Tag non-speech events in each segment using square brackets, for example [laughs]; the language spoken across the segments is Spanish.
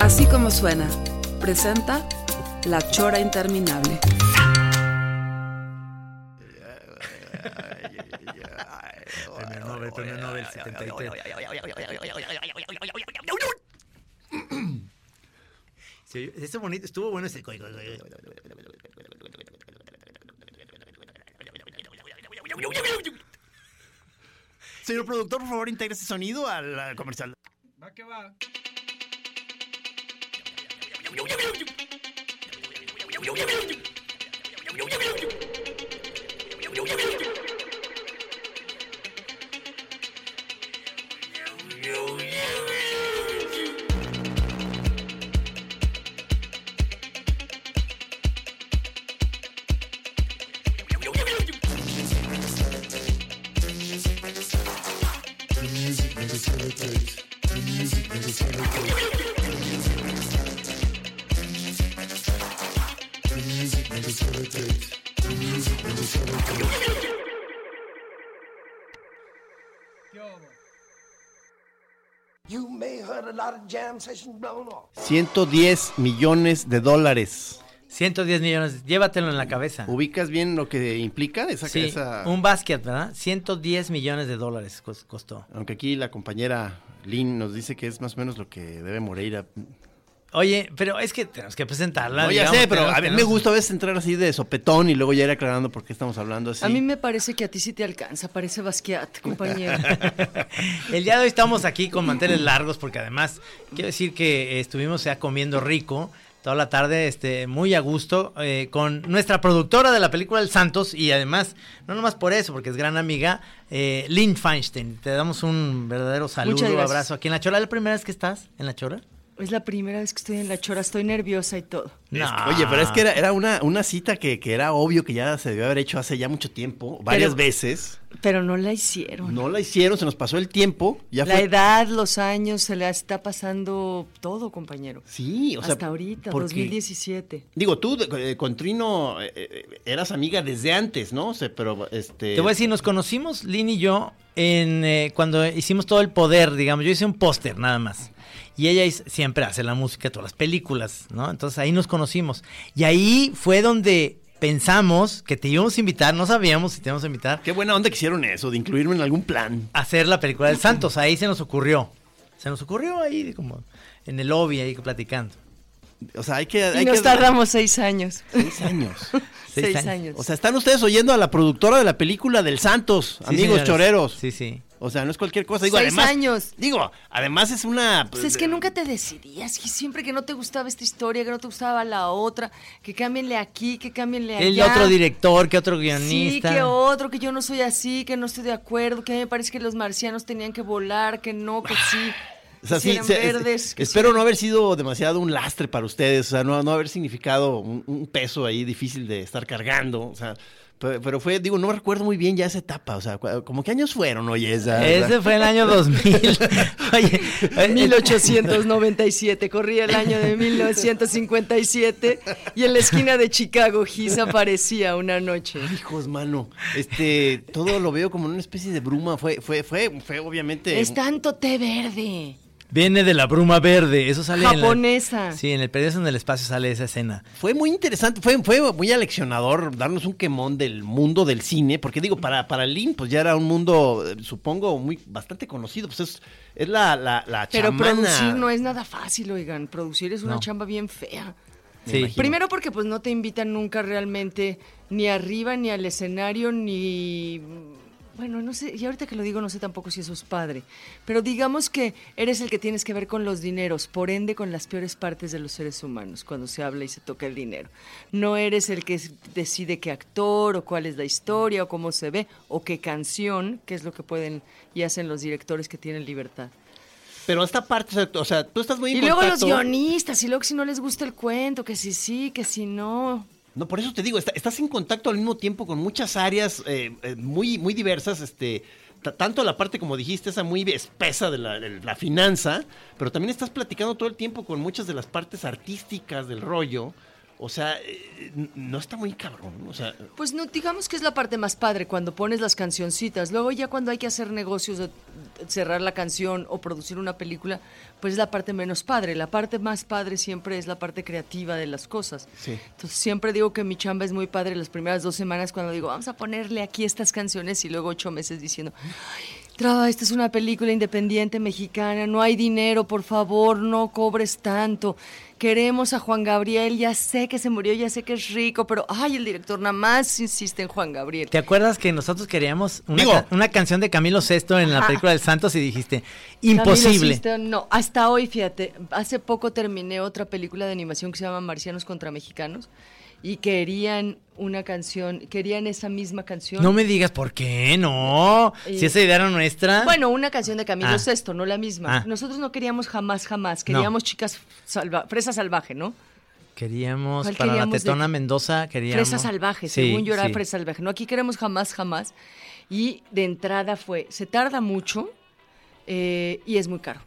Así como suena, presenta La Chora Interminable. Terminó del- terminó del 73. Se oyó- Estuvo bonito, estuvo bueno ese. coi, coi, coi, coi. Señor productor, por favor, integre ese sonido al, al comercial. Va que va. ¿Qué hubo? You may heard a lot of jam sessions blown off. 110 millones de dólares. 110 millones, llévatelo en la cabeza. ¿Ubicas bien lo que implica esa, Sí, esa- un basket, ¿verdad? 110 millones de dólares cos- costó. Aunque aquí la compañera Lynn nos dice que es más o menos lo que debe Moreira. Oye, pero es que tenemos que presentarla. no, ya digamos, sé, pero tenemos- a mí me tenemos- gusta a veces entrar así de sopetón y luego ya ir aclarando por qué estamos hablando así. A mí me parece que a ti sí te alcanza, parece Basquiat, [laughs] compañero. El día de hoy estamos aquí con manteles largos porque además quiero decir que eh, estuvimos ya comiendo rico toda la tarde, este, muy a gusto, eh, con nuestra productora de la película El Santos y además, no nomás por eso, porque es gran amiga, eh, Lynn Feinstein. Te damos un verdadero Muchas saludo, gracias. abrazo aquí en La Chora. ¿La primera vez que estás en La Chora? es la primera vez que estoy en la chora, estoy nerviosa y todo. Es que- Oye, pero es que era, era una, una cita que, que era obvio que ya se debió haber hecho hace ya mucho tiempo, varias Pero- veces. Pero no la hicieron. No la hicieron, se nos pasó el tiempo. Ya la fue- edad, los años, se le está pasando todo, compañero. Sí, o sea. Hasta ahorita, porque- 2017. Digo, tú de- eh, con Trino eh, eh, eras amiga desde antes, ¿no? O sea, pero este. Te voy a decir, nos conocimos, Lynn y yo, en, eh, cuando hicimos todo el poder, digamos. Yo hice un póster nada más. Y ella hiz- siempre hace la música, todas las películas, ¿no? Entonces ahí nos conocimos. Y ahí fue donde pensamos que te íbamos a invitar, no sabíamos si te íbamos a invitar, Qué buena onda que hicieron eso, de incluirme en algún plan. a hacer la película del Santos. Ahí se nos ocurrió. Se nos ocurrió ahí, como en el lobby, ahí platicando. O sea, hay que. Y Hay nos que- tardamos seis [laughs] años. Seis años. Seis Seis, [laughs] años. años. O sea, están ustedes oyendo a la productora de la película del Santos, Sí, amigos señores. choreros. Sí, sí. O sea, no es cualquier cosa. Digo, Seis además. años. Digo, además es una. eh, Pues es que nunca te decidías, que siempre que no te gustaba esta historia, que no te gustaba la otra, que cámbienle aquí, que cámbienle allá. El otro director, que otro Sí, guionista. que otro, que yo no soy así, que no estoy de acuerdo, que a mí me parece que los marcianos tenían que volar, que no, que sí. [sighs] O sea, que sí, si eran se- es- verdes. que espero si- no haber sido demasiado un lastre para ustedes, o sea, no, no haber significado un, un peso ahí difícil de estar cargando, o sea, pero, pero fue, digo, no recuerdo muy bien ya esa etapa, o sea, cua- como qué años fueron, oye, esa. Ese fue el año 2000. [laughs] Oye, eh, 1897, corría el año de 1957 y en la esquina de Chicago, Giz aparecía una noche. Hijos, mano, este, todo lo veo como una especie de bruma, fue, fue, fue, fue obviamente... Es tanto té verde. Viene de la bruma verde, eso sale En Japonesa. la, sí, en el periódico en el espacio sale esa escena. Fue muy interesante, fue, fue muy aleccionador darnos un quemón del mundo del cine, porque digo, para, para Lin, pues ya era un mundo, eh, supongo, muy bastante conocido, pues es, es la, la, la Pero chamana. producir no es nada fácil, oigan. Producir es una No. chamba bien fea. Sí. Primero porque pues no te invitan nunca realmente ni arriba, ni al escenario, ni Bueno, no sé, y ahorita que lo digo no sé tampoco si eso es padre, pero digamos que eres el que tienes que ver con los dineros, por ende con las peores partes de los seres humanos cuando se habla y se toca el dinero. No eres el que s- decide qué actor o cuál es la historia o cómo se ve o qué canción, que es lo que pueden y hacen los directores que tienen libertad. Pero esta parte, o sea, tú estás muy en Y luego los contacto- guionistas, y luego que si no les gusta el cuento, que si sí, que si no. No, por eso te digo, está- estás en contacto al mismo tiempo con muchas áreas eh, eh, muy, muy diversas, este, ta- tanto la parte, como dijiste, esa muy espesa de la, de la finanza, pero también estás platicando todo el tiempo con muchas de las partes artísticas del rollo. O sea, eh, n- no está muy cabrón. O sea, Pues no, digamos que es la parte más padre cuando pones las cancioncitas. Luego ya cuando hay que hacer negocios, o cerrar la canción o producir una película, pues es la parte menos padre. La parte más padre siempre es la parte creativa de las cosas. Sí. Entonces siempre digo que mi chamba es muy padre las primeras dos semanas cuando digo, vamos a ponerle aquí estas canciones y luego ocho meses diciendo, "Ay, Traba, esta es una película independiente mexicana, no hay dinero, por favor, no cobres tanto. Queremos a Juan Gabriel, ya sé que se murió, ya sé que es rico, pero ay, el director nada más insiste en Juan Gabriel. ¿Te acuerdas que nosotros queríamos una, Digo. ca- una canción de Camilo VI en la Ajá. película del Santos y dijiste, Camilo imposible? Sisto, no, hasta hoy, fíjate, hace poco terminé otra película de animación que se llama Marcianos contra Mexicanos y querían una canción, querían esa misma canción. No me digas por qué, no. Y- Si esa idea era nuestra. Bueno, una canción de Camilo Ah. Sesto, no la misma. Ah. Nosotros no queríamos jamás, jamás. Queríamos chicas salva- fresa salvaje, ¿no? Queríamos ¿Cuál para la queríamos de- tetona Mendoza, queríamos. Fresa salvaje, Sí, según yo era sí. fresa salvaje. No, aquí queremos jamás, jamás. Y de entrada fue, se tarda mucho eh, y es muy caro.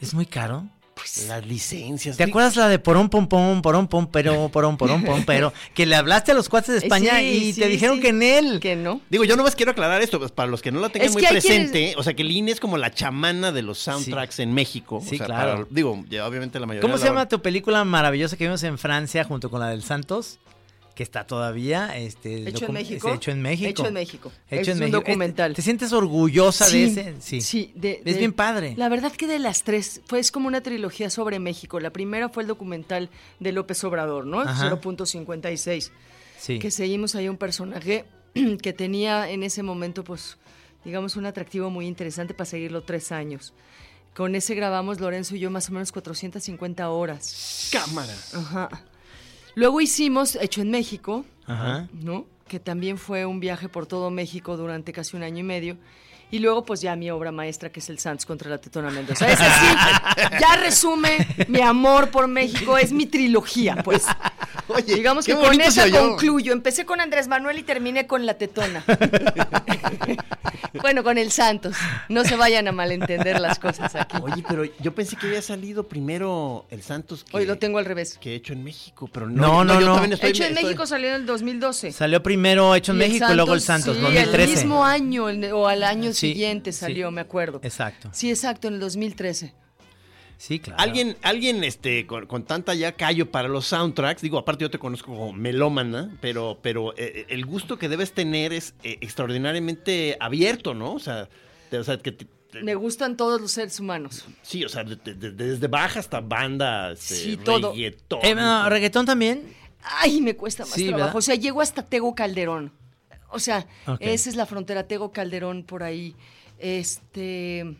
Es muy caro. Pues, las licencias. ¿Te digo, acuerdas la de porón pom pom, porón pom pero, porón porón pom [laughs] pero? Que le hablaste a los cuates de Eh, España sí, y sí, te dijeron sí. que en él. Que no. Digo, yo nomás quiero aclarar esto, pues, para los que no la tengan Es muy que hay presente, quienes- o sea, que el INE es como la chamana de los soundtracks en México. o Sí, sea, claro. para- digo, ya obviamente la mayoría. ¿Cómo la- se llama tu película maravillosa que vimos en Francia junto con la del Santos? Que está todavía. Este, el Hecho en docu- México. es hecho en México. Hecho en México. Hecho Es en un México. Este documental. ¿Te sientes orgullosa de ese? Sí. sí, de- de- es bien padre. La verdad que de las tres, fue es como una trilogía sobre México. La primera fue el documental de López Obrador, ¿no? Ajá. 0.56. Sí. que seguimos ahí un personaje [clears throat] que tenía en ese momento, pues, digamos, un atractivo muy interesante para seguirlo tres años. Con ese grabamos Lorenzo y yo más o menos 450 horas. Cámara. Ajá. Luego hicimos Hecho en México, Ajá. ¿no? Que también fue un viaje por todo México durante casi un año y medio. Y luego, pues ya mi obra maestra, que es el Santos contra la Tetona Mendoza. Es así, [laughs] ya resume mi amor por México, es mi trilogía, pues. Oye, Digamos qué que con bonito se esa oyó. concluyo. Empecé con Andrés Manuel y terminé con la [laughs] tetona. bueno, con el Santos. No se vayan a malentender las cosas aquí. Oye, pero yo pensé que había salido primero el Santos que, Hoy lo tengo al revés. que he hecho en México, pero No, no. no, yo no. también estoy- Hecho en estoy- México salió en el 2012. Salió primero Hecho en Y el México y luego el Santos, sí, 2013. El mismo año el- o al año Sí, siguiente sí. salió, me acuerdo. Exacto. Sí, exacto, en el 2013. Sí, claro. Alguien, alguien este, con, con tanta ya callo para los soundtracks, digo, aparte yo te conozco como melómana, pero, pero eh, el gusto que debes tener es eh, extraordinariamente abierto, ¿no? O sea, te- o sea, que te- te- Me gustan todos los seres humanos. sí, o sea, de- de- de- desde baja hasta banda, este, Sí, todo. reggaetón. ah, Eh, no, reggaetón también. Ay, me cuesta más Sí, trabajo. ¿verdad? O sea, llego hasta Tego Calderón. O sea, Ok. esa es la frontera, Tego Calderón por ahí. Este.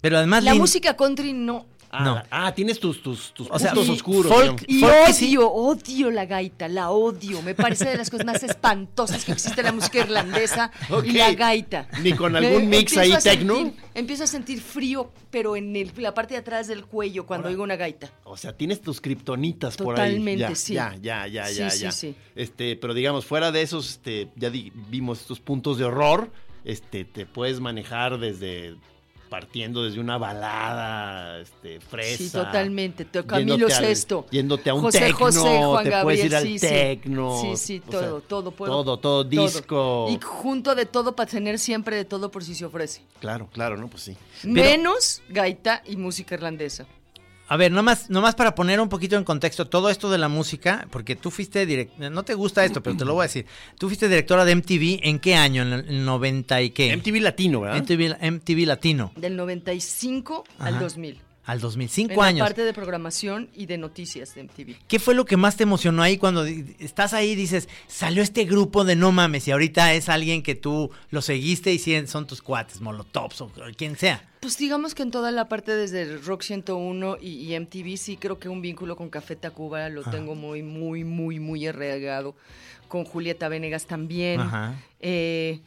Pero además. La lin- música country no. ah, no. ah, tienes tus, tus, tus O sea, puntos y- oscuros. folk- digamos. Y Folk odio, que sí. odio la gaita, la odio. Me parece de las cosas más espantosas que existe la música irlandesa Ok. y la gaita. Ni con algún [laughs] Me- mix empiezo ahí a tecno. sentir- Empiezo a sentir frío, pero en el- la parte de atrás del cuello cuando oigo una gaita. O sea, tienes tus kriptonitas por ahí. Totalmente, ya, sí. Ya, ya, ya, ya, Sí, sí, ya. sí. Este, pero digamos, fuera de esos, este, ya di- vimos estos puntos de horror. Este, te puedes manejar desde partiendo desde una balada, este, fresa. Sí, totalmente. Te- yéndote Camilo al- Sexto. Yéndote a un José tecno, José, Juan te puedes Gabriel, ir al sí, sí. tecno. Sí, sí, o sea, todo, todo. puedo- todo, todo, disco. Y junto de todo para tener siempre de todo por si se ofrece. Claro, claro, ¿no? Pues sí. Menos gaita y música irlandesa. A ver, nomás, nomás para poner un poquito en contexto todo esto de la música, porque tú fuiste direct- No te gusta esto, pero te lo voy a decir. Tú fuiste directora de MTV en qué año? ¿En el 90 y qué? ¿Ah? MTV Latino, ¿verdad? MTV, MTV Latino. Del 95 al Ajá. 2000. al 2000, En cinco la años. parte de programación y de noticias de MTV. ¿Qué fue lo que más te emocionó ahí cuando di- estás ahí y dices, salió este grupo de no mames y ahorita es alguien que tú lo seguiste y sí, son tus cuates, molotovs o quien sea? Pues digamos que en toda la parte desde Rock 101 y, y MTV sí creo que un vínculo con Café Tacuba lo tengo muy, muy, muy, muy arraigado. Con Julieta Venegas también. Ajá. Eh,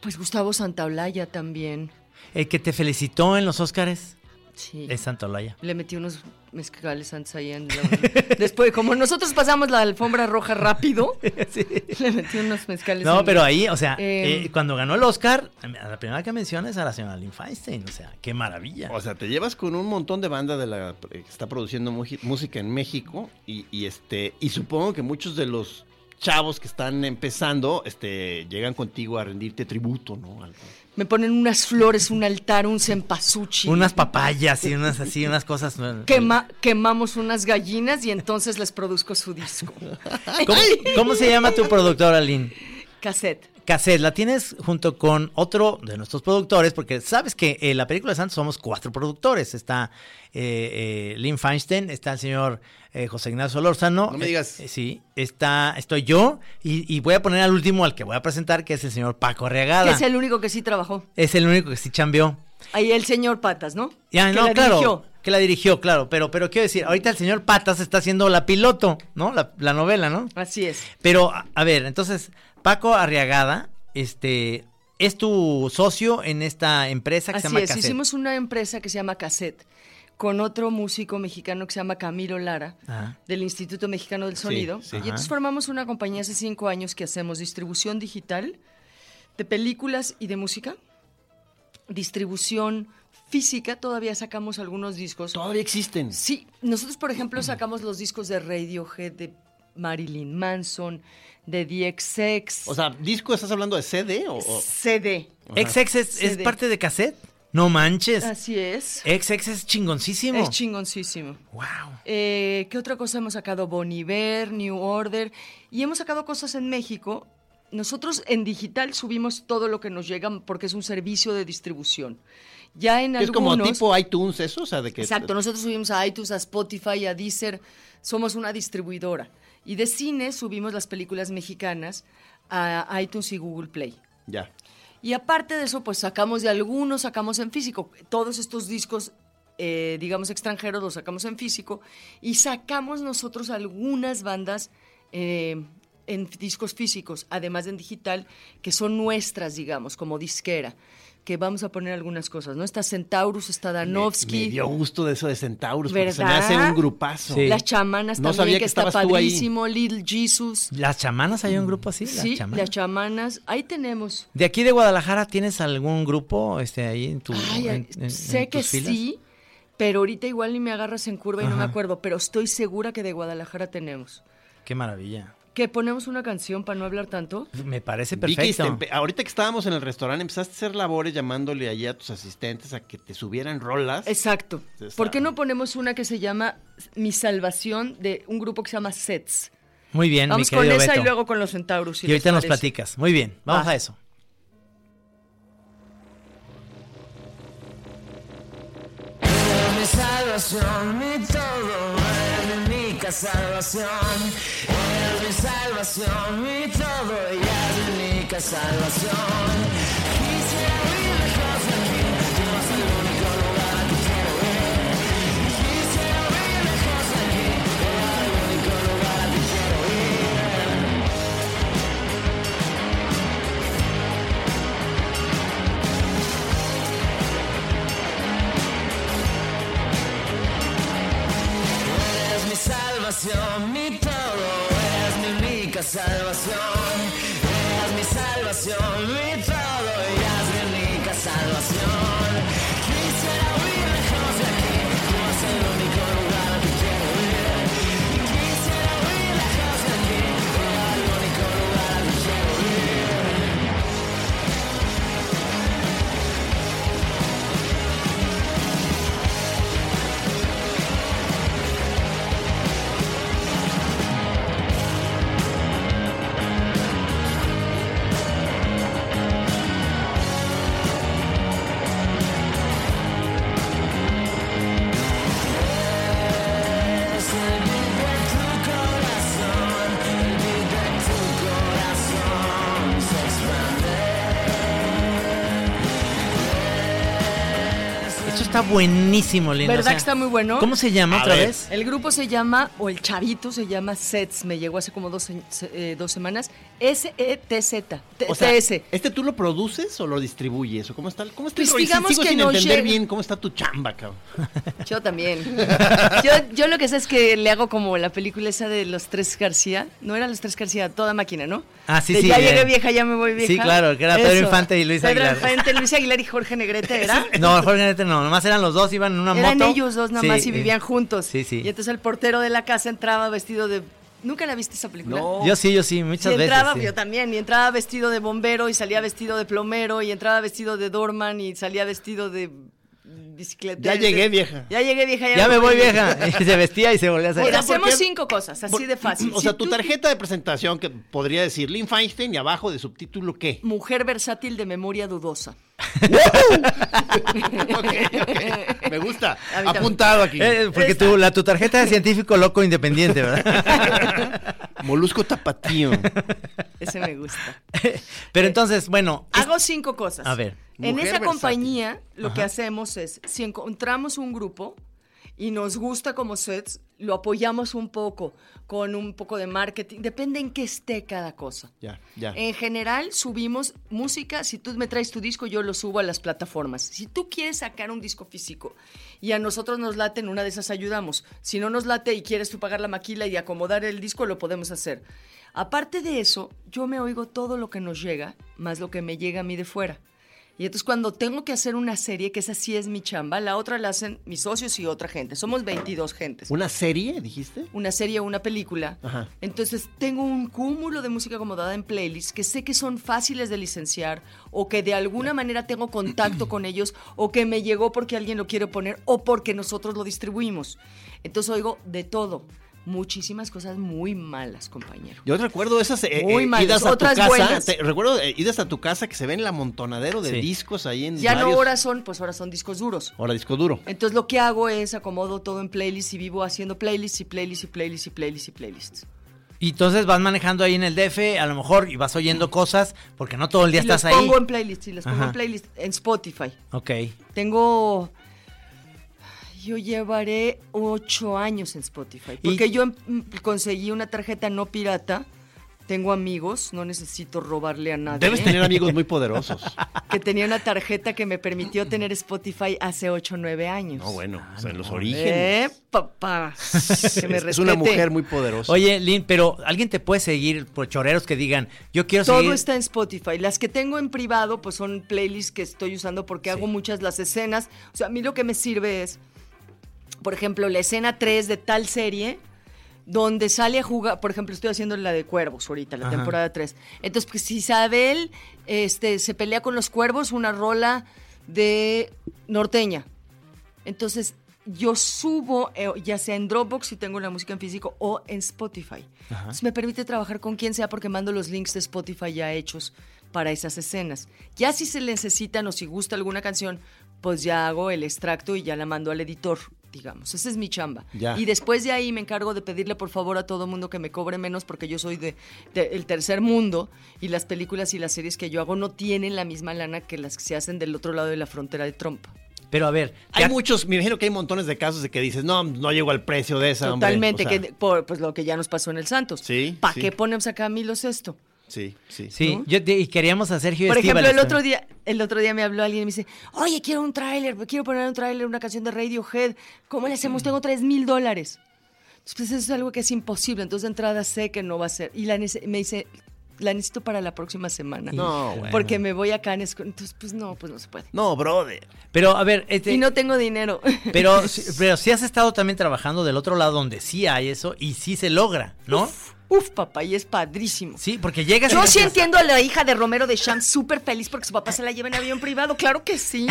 pues Gustavo Santaolalla también. El que te felicitó en los Óscares Sí. es [laughs] Santolaya. Le metí unos mezcales antes ahí en la- [laughs] Después, como nosotros pasamos la alfombra roja [laughs] rápido, le metí unos mezcales. No, en- pero ahí, o sea, Em. eh, cuando ganó el Oscar, a la primera que mencionas es a la señora Lynn Feinstein, o sea, qué maravilla. O sea, te llevas con un montón de banda de la que está produciendo muji- música en México y, y, este y supongo que muchos de los chavos que están empezando este llegan contigo a rendirte tributo, ¿no? Al- Me ponen unas flores, un altar, un cempasuchi. unas papayas y unas así, unas cosas. Quema- quemamos unas gallinas y entonces les produzco su disco. [laughs] ¿Cómo, cómo se llama tu productora, Lynn? Cassette. Cassette, la tienes junto con otro de nuestros productores, porque sabes que eh, la película de Santos somos cuatro productores. Está eh, eh, Lynn Feinstein, está el señor eh, José Ignacio Lórzano. No me digas. Eh, sí, está, estoy yo, y, y voy a poner al último al que voy a presentar, que es el señor Paco Que Arriagada. es el único que sí trabajó. Es el único que sí chambeó. Ahí el señor Patas, ¿no? Ya, Que no, la claro. dirigió. Que la dirigió, claro. Pero, pero quiero decir, ahorita el señor Patas está haciendo la piloto, ¿no? La, la novela, ¿no? Así es. Pero, a, a ver, entonces, Paco Arriagada, este, es tu socio en esta empresa que Así se llama es, Cassette. hicimos una empresa que se llama Cassette con otro músico mexicano que se llama Camilo Lara, Ajá. del Instituto Mexicano del Sonido. sí. Y entonces formamos una compañía hace cinco años que hacemos distribución digital de películas y de música, distribución física, todavía sacamos algunos discos. Todavía existen. Sí, nosotros por ejemplo sacamos los discos de Radiohead, de Marilyn Manson, de DXX, O sea, disco estás hablando de CD o, o- CD. XX es, es CD. parte de Cassette. No manches. Así es. XX es chingoncísimo. Es chingoncísimo. wow. Eh, ¿Qué otra cosa hemos sacado? Boniver, New Order. Y hemos sacado cosas en México. Nosotros en digital subimos todo lo que nos llega porque es un servicio de distribución. Ya en que es como algunos- tipo iTunes eso, o sea, de que Exacto, nosotros subimos a iTunes, a Spotify, a Deezer. Somos una distribuidora. Y de cine subimos las películas mexicanas a iTunes y Google Play. ya. Y aparte de eso, pues sacamos de algunos, sacamos en físico. Todos estos discos, eh, digamos, extranjeros, los sacamos en físico. Y sacamos nosotros algunas bandas eh, en discos físicos, además de en digital, que son nuestras, digamos, como disquera. Que vamos a poner algunas cosas, ¿no? Está Centaurus, está Danovsky. Me, me dio gusto de eso de Centauros, porque se me ¿Verdad? hace un grupazo. Sí. Las chamanas No también, sabía que, que está estabas tú ahí. padrísimo. Little Jesus. ¿Las chamanas hay un grupo así? ¿Las Mm. sí, chamanas? las chamanas. Ahí tenemos. ¿De aquí de Guadalajara tienes algún grupo este, ahí en tu. Ay, en- en- sé en que tus filas? sí, pero ahorita igual ni me agarras en curva y no me Ajá. acuerdo, pero estoy segura que de Guadalajara tenemos. Qué maravilla. ¿Que ponemos una canción para no hablar tanto? Me parece Vi que este, perfecto. empe- ahorita que estábamos en el restaurante empezaste a hacer labores llamándole allí a tus asistentes a que te subieran rolas. Exacto. Está- ¿Por qué no ponemos una que se llama Mi Salvación de un grupo que se llama Sets? Muy bien, mi Vamos con querido esa Beto. y luego con los Centauros. si y ahorita les nos parece. platicas. Muy bien, vamos Va. a eso. mi salvación, mi todo, eres mi única salvación. Eres mi salvación, mi todo, y es mi única salvación. Quisiera vivir lejos de ti, tú eres el único lugar que quiero ir. Quisiera vivir lejos de ti, tú eres el único lugar que quiero ir. Eres mi salvación, mi todo, eres mi única salvación. Eres mi salvación, mi todo, y eres mi única salvación. Quisiera huir lejos de aquí, tú eres el único lugar que quiero ir. Quisiera huir lejos de aquí, tú eres el único lugar que quiero ir. está buenísimo, Lina. ¿Verdad que está muy bueno? ¿Cómo se llama A otra ver. vez? El grupo se llama, o el chavito se llama Sets, me llegó hace como dos, se- eh, dos semanas, S-E-T-Z, T- O sea, TS. ¿Este tú lo produces o lo distribuyes? ¿O cómo está? ¿Cómo está el Pues rollo? Sí, digamos Sigo que sin no entender llega. bien cómo está tu chamba, cabrón. Yo [laughs] también. Yo, yo lo que sé es que le hago como la película esa de Los Tres García. No era Los Tres García, toda máquina, ¿no? Ah, sí, De sí, Ya eh. llegué vieja, ya me voy vieja. Sí, claro, que era Pedro Infante y Luis Aguilar. Pedro Infante, Luis Aguilar y Jorge Negrete, ¿era? No, Jorge Negrete no, nomás eran los dos, iban en una Eran moto. ellos dos nada Sí, más y vivían eh, juntos. Sí, sí. Y entonces el portero de la casa entraba vestido de... ¿Nunca la viste esa película? No. Yo sí, yo sí, muchas y entraba, veces. sí. yo también, y entraba vestido de bombero y salía vestido de plomero y entraba vestido de doorman y salía vestido de bicicleta. Ya llegué, vieja. Ya llegué vieja. Ya me voy vieja. [laughs] Y se vestía y se volvía a Mira, sacar. ¿por hacemos qué? cinco cosas, así Por- de fácil. O Si sea, tu tú- tarjeta de presentación que podría decir Lynn Feinstein y abajo de subtítulo [laughs] ¿qué? Mujer versátil de memoria dudosa. Ok, ok. Me gusta. A mí también. Apuntado aquí. Eh, porque tu, la, tu tarjeta de científico loco independiente, ¿verdad? [laughs] [laughs] Molusco tapatío. Ese me [laughs] gusta. Pero entonces, bueno, es- Hago cinco cosas. A ver. En Mujer esa versátil. compañía, lo que hacemos es, si encontramos un grupo y nos gusta como sets, lo apoyamos un poco con un poco de marketing. Depende en qué esté cada cosa. Ya, ya. En general, subimos música. Si tú me traes tu disco, yo lo subo a las plataformas. Si tú quieres sacar un disco físico y a nosotros nos late, en una de esas ayudamos. Si no nos late y quieres tú pagar la maquila y acomodar el disco, lo podemos hacer. Aparte de eso, yo me oigo todo lo que nos llega, más lo que me llega a mí de fuera. Y entonces cuando tengo que hacer una serie, que esa sí es mi chamba, la otra la hacen mis socios y otra gente. Somos 22 gentes ¿Una serie, dijiste? una serie o una película. Ajá. Entonces tengo un cúmulo de música acomodada en playlists que sé que son fáciles de licenciar o que de alguna manera tengo contacto con ellos o que me llegó porque alguien lo quiere poner o porque nosotros lo distribuimos. Entonces oigo de todo. Muchísimas cosas muy malas, compañero. Yo recuerdo esas eh, Muy eh, malas, idas a otras tu casa. buenas. te- recuerdo eh, idas a tu casa que se ven el amontonadero de Sí. discos ahí en Ya no varios- ahora son, pues ahora son discos duros. Ahora disco duro. Entonces lo que hago es acomodo todo en playlists y vivo haciendo playlists y playlists y playlists y playlists y playlists. y entonces vas manejando ahí en el DF, a lo mejor, y vas oyendo cosas, porque no todo el día y estás los ahí. pongo en playlists y los pongo Ajá. en playlists en Spotify. Ok. Tengo. Yo llevaré ocho años en Spotify. Porque yo em- m- conseguí una tarjeta no pirata. Tengo amigos, no necesito robarle a nadie. Debes tener amigos [laughs] muy poderosos. Que tenía una tarjeta que me permitió tener Spotify hace ocho o nueve años. No, bueno, o sea, en los Eh, orígenes. papá. Que me es, es una respete. mujer muy poderosa. Oye, Lin, pero alguien te puede seguir por choreros que digan, yo quiero Todo este seguir. está en Spotify. Las que tengo en privado, pues son playlists que estoy usando porque hago muchas las escenas. O sea, a mí lo que me sirve es, por ejemplo, la escena 3 de tal serie. Donde sale a jugar, por ejemplo, estoy haciendo la de cuervos ahorita, la temporada 3. Entonces, pues, si Isabel este, se pelea con los cuervos, una rola de norteña. Entonces, yo subo, eh, ya sea en Dropbox si tengo la música en físico o en Spotify. Entonces, me permite trabajar con quien sea porque mando los links de Spotify ya hechos para esas escenas. Ya si se necesitan o si gusta alguna canción, pues ya hago el extracto y ya la mando al editor, digamos. Esa es mi chamba. Ya. Y después de ahí me encargo de pedirle por favor a todo mundo que me cobre menos porque yo soy de, de- el tercer mundo y las películas y las series que yo hago no tienen la misma lana que las que se hacen del otro lado de la frontera de Trump. Pero a ver, Hay ya- muchos, me imagino que hay montones de casos de que dices, no, no llego al precio de esa, hombre". Totalmente, O sea, que por, pues lo que ya nos pasó en el Santos. Sí, ¿Para sí. qué ponemos acá a Milo esto? Sí, sí. sí, yo te- y queríamos hacer Sergio Por ejemplo, Estíbalis el otro también. día, el otro día me habló alguien y me dice, oye, quiero un tráiler, quiero poner un tráiler, una canción de Radiohead. ¿Cómo le hacemos? Tengo tres mil dólares. Entonces, Pues eso es algo que es imposible. Entonces, de entrada sé que no va a ser. Y la nece- me dice, la necesito para la próxima semana. No, bueno. Porque me voy a Cannes. con- Entonces, pues no, pues no se puede. No, brother. Pero a ver, este, Y no tengo dinero. pero, sí- pero sí has estado también trabajando del otro lado donde sí hay eso y sí se logra, ¿no? Uf, [laughs] uf, papá, y es padrísimo. Sí, porque llegas. y Yo dices, sí entiendo a la hija de Romero de Sham súper feliz porque su papá se la lleva en avión privado, claro que sí.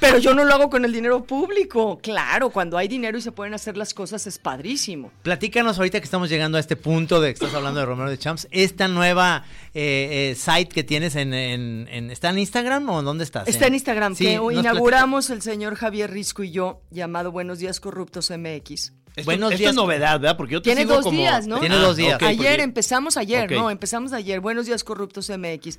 Pero yo no lo hago con el dinero público. Claro, cuando hay dinero y se pueden hacer las cosas es padrísimo. Platícanos ahorita que estamos llegando a este punto de que estás hablando de Romero de Champs, esta nueva eh, eh, site que tienes en, en- en- ¿Está en Instagram o dónde estás? Está en Instagram, Sí, que nos inauguramos el señor Javier Risco y yo, llamado Buenos Días Corruptos MX. Esto, Buenos esto días. es novedad, ¿verdad? Porque yo te Tiene sigo dos como- días, ¿no? Ah, pues Tiene dos días. ok, ayer porque- empezamos ayer, Ok. no, empezamos ayer. Buenos días, Corruptos MX.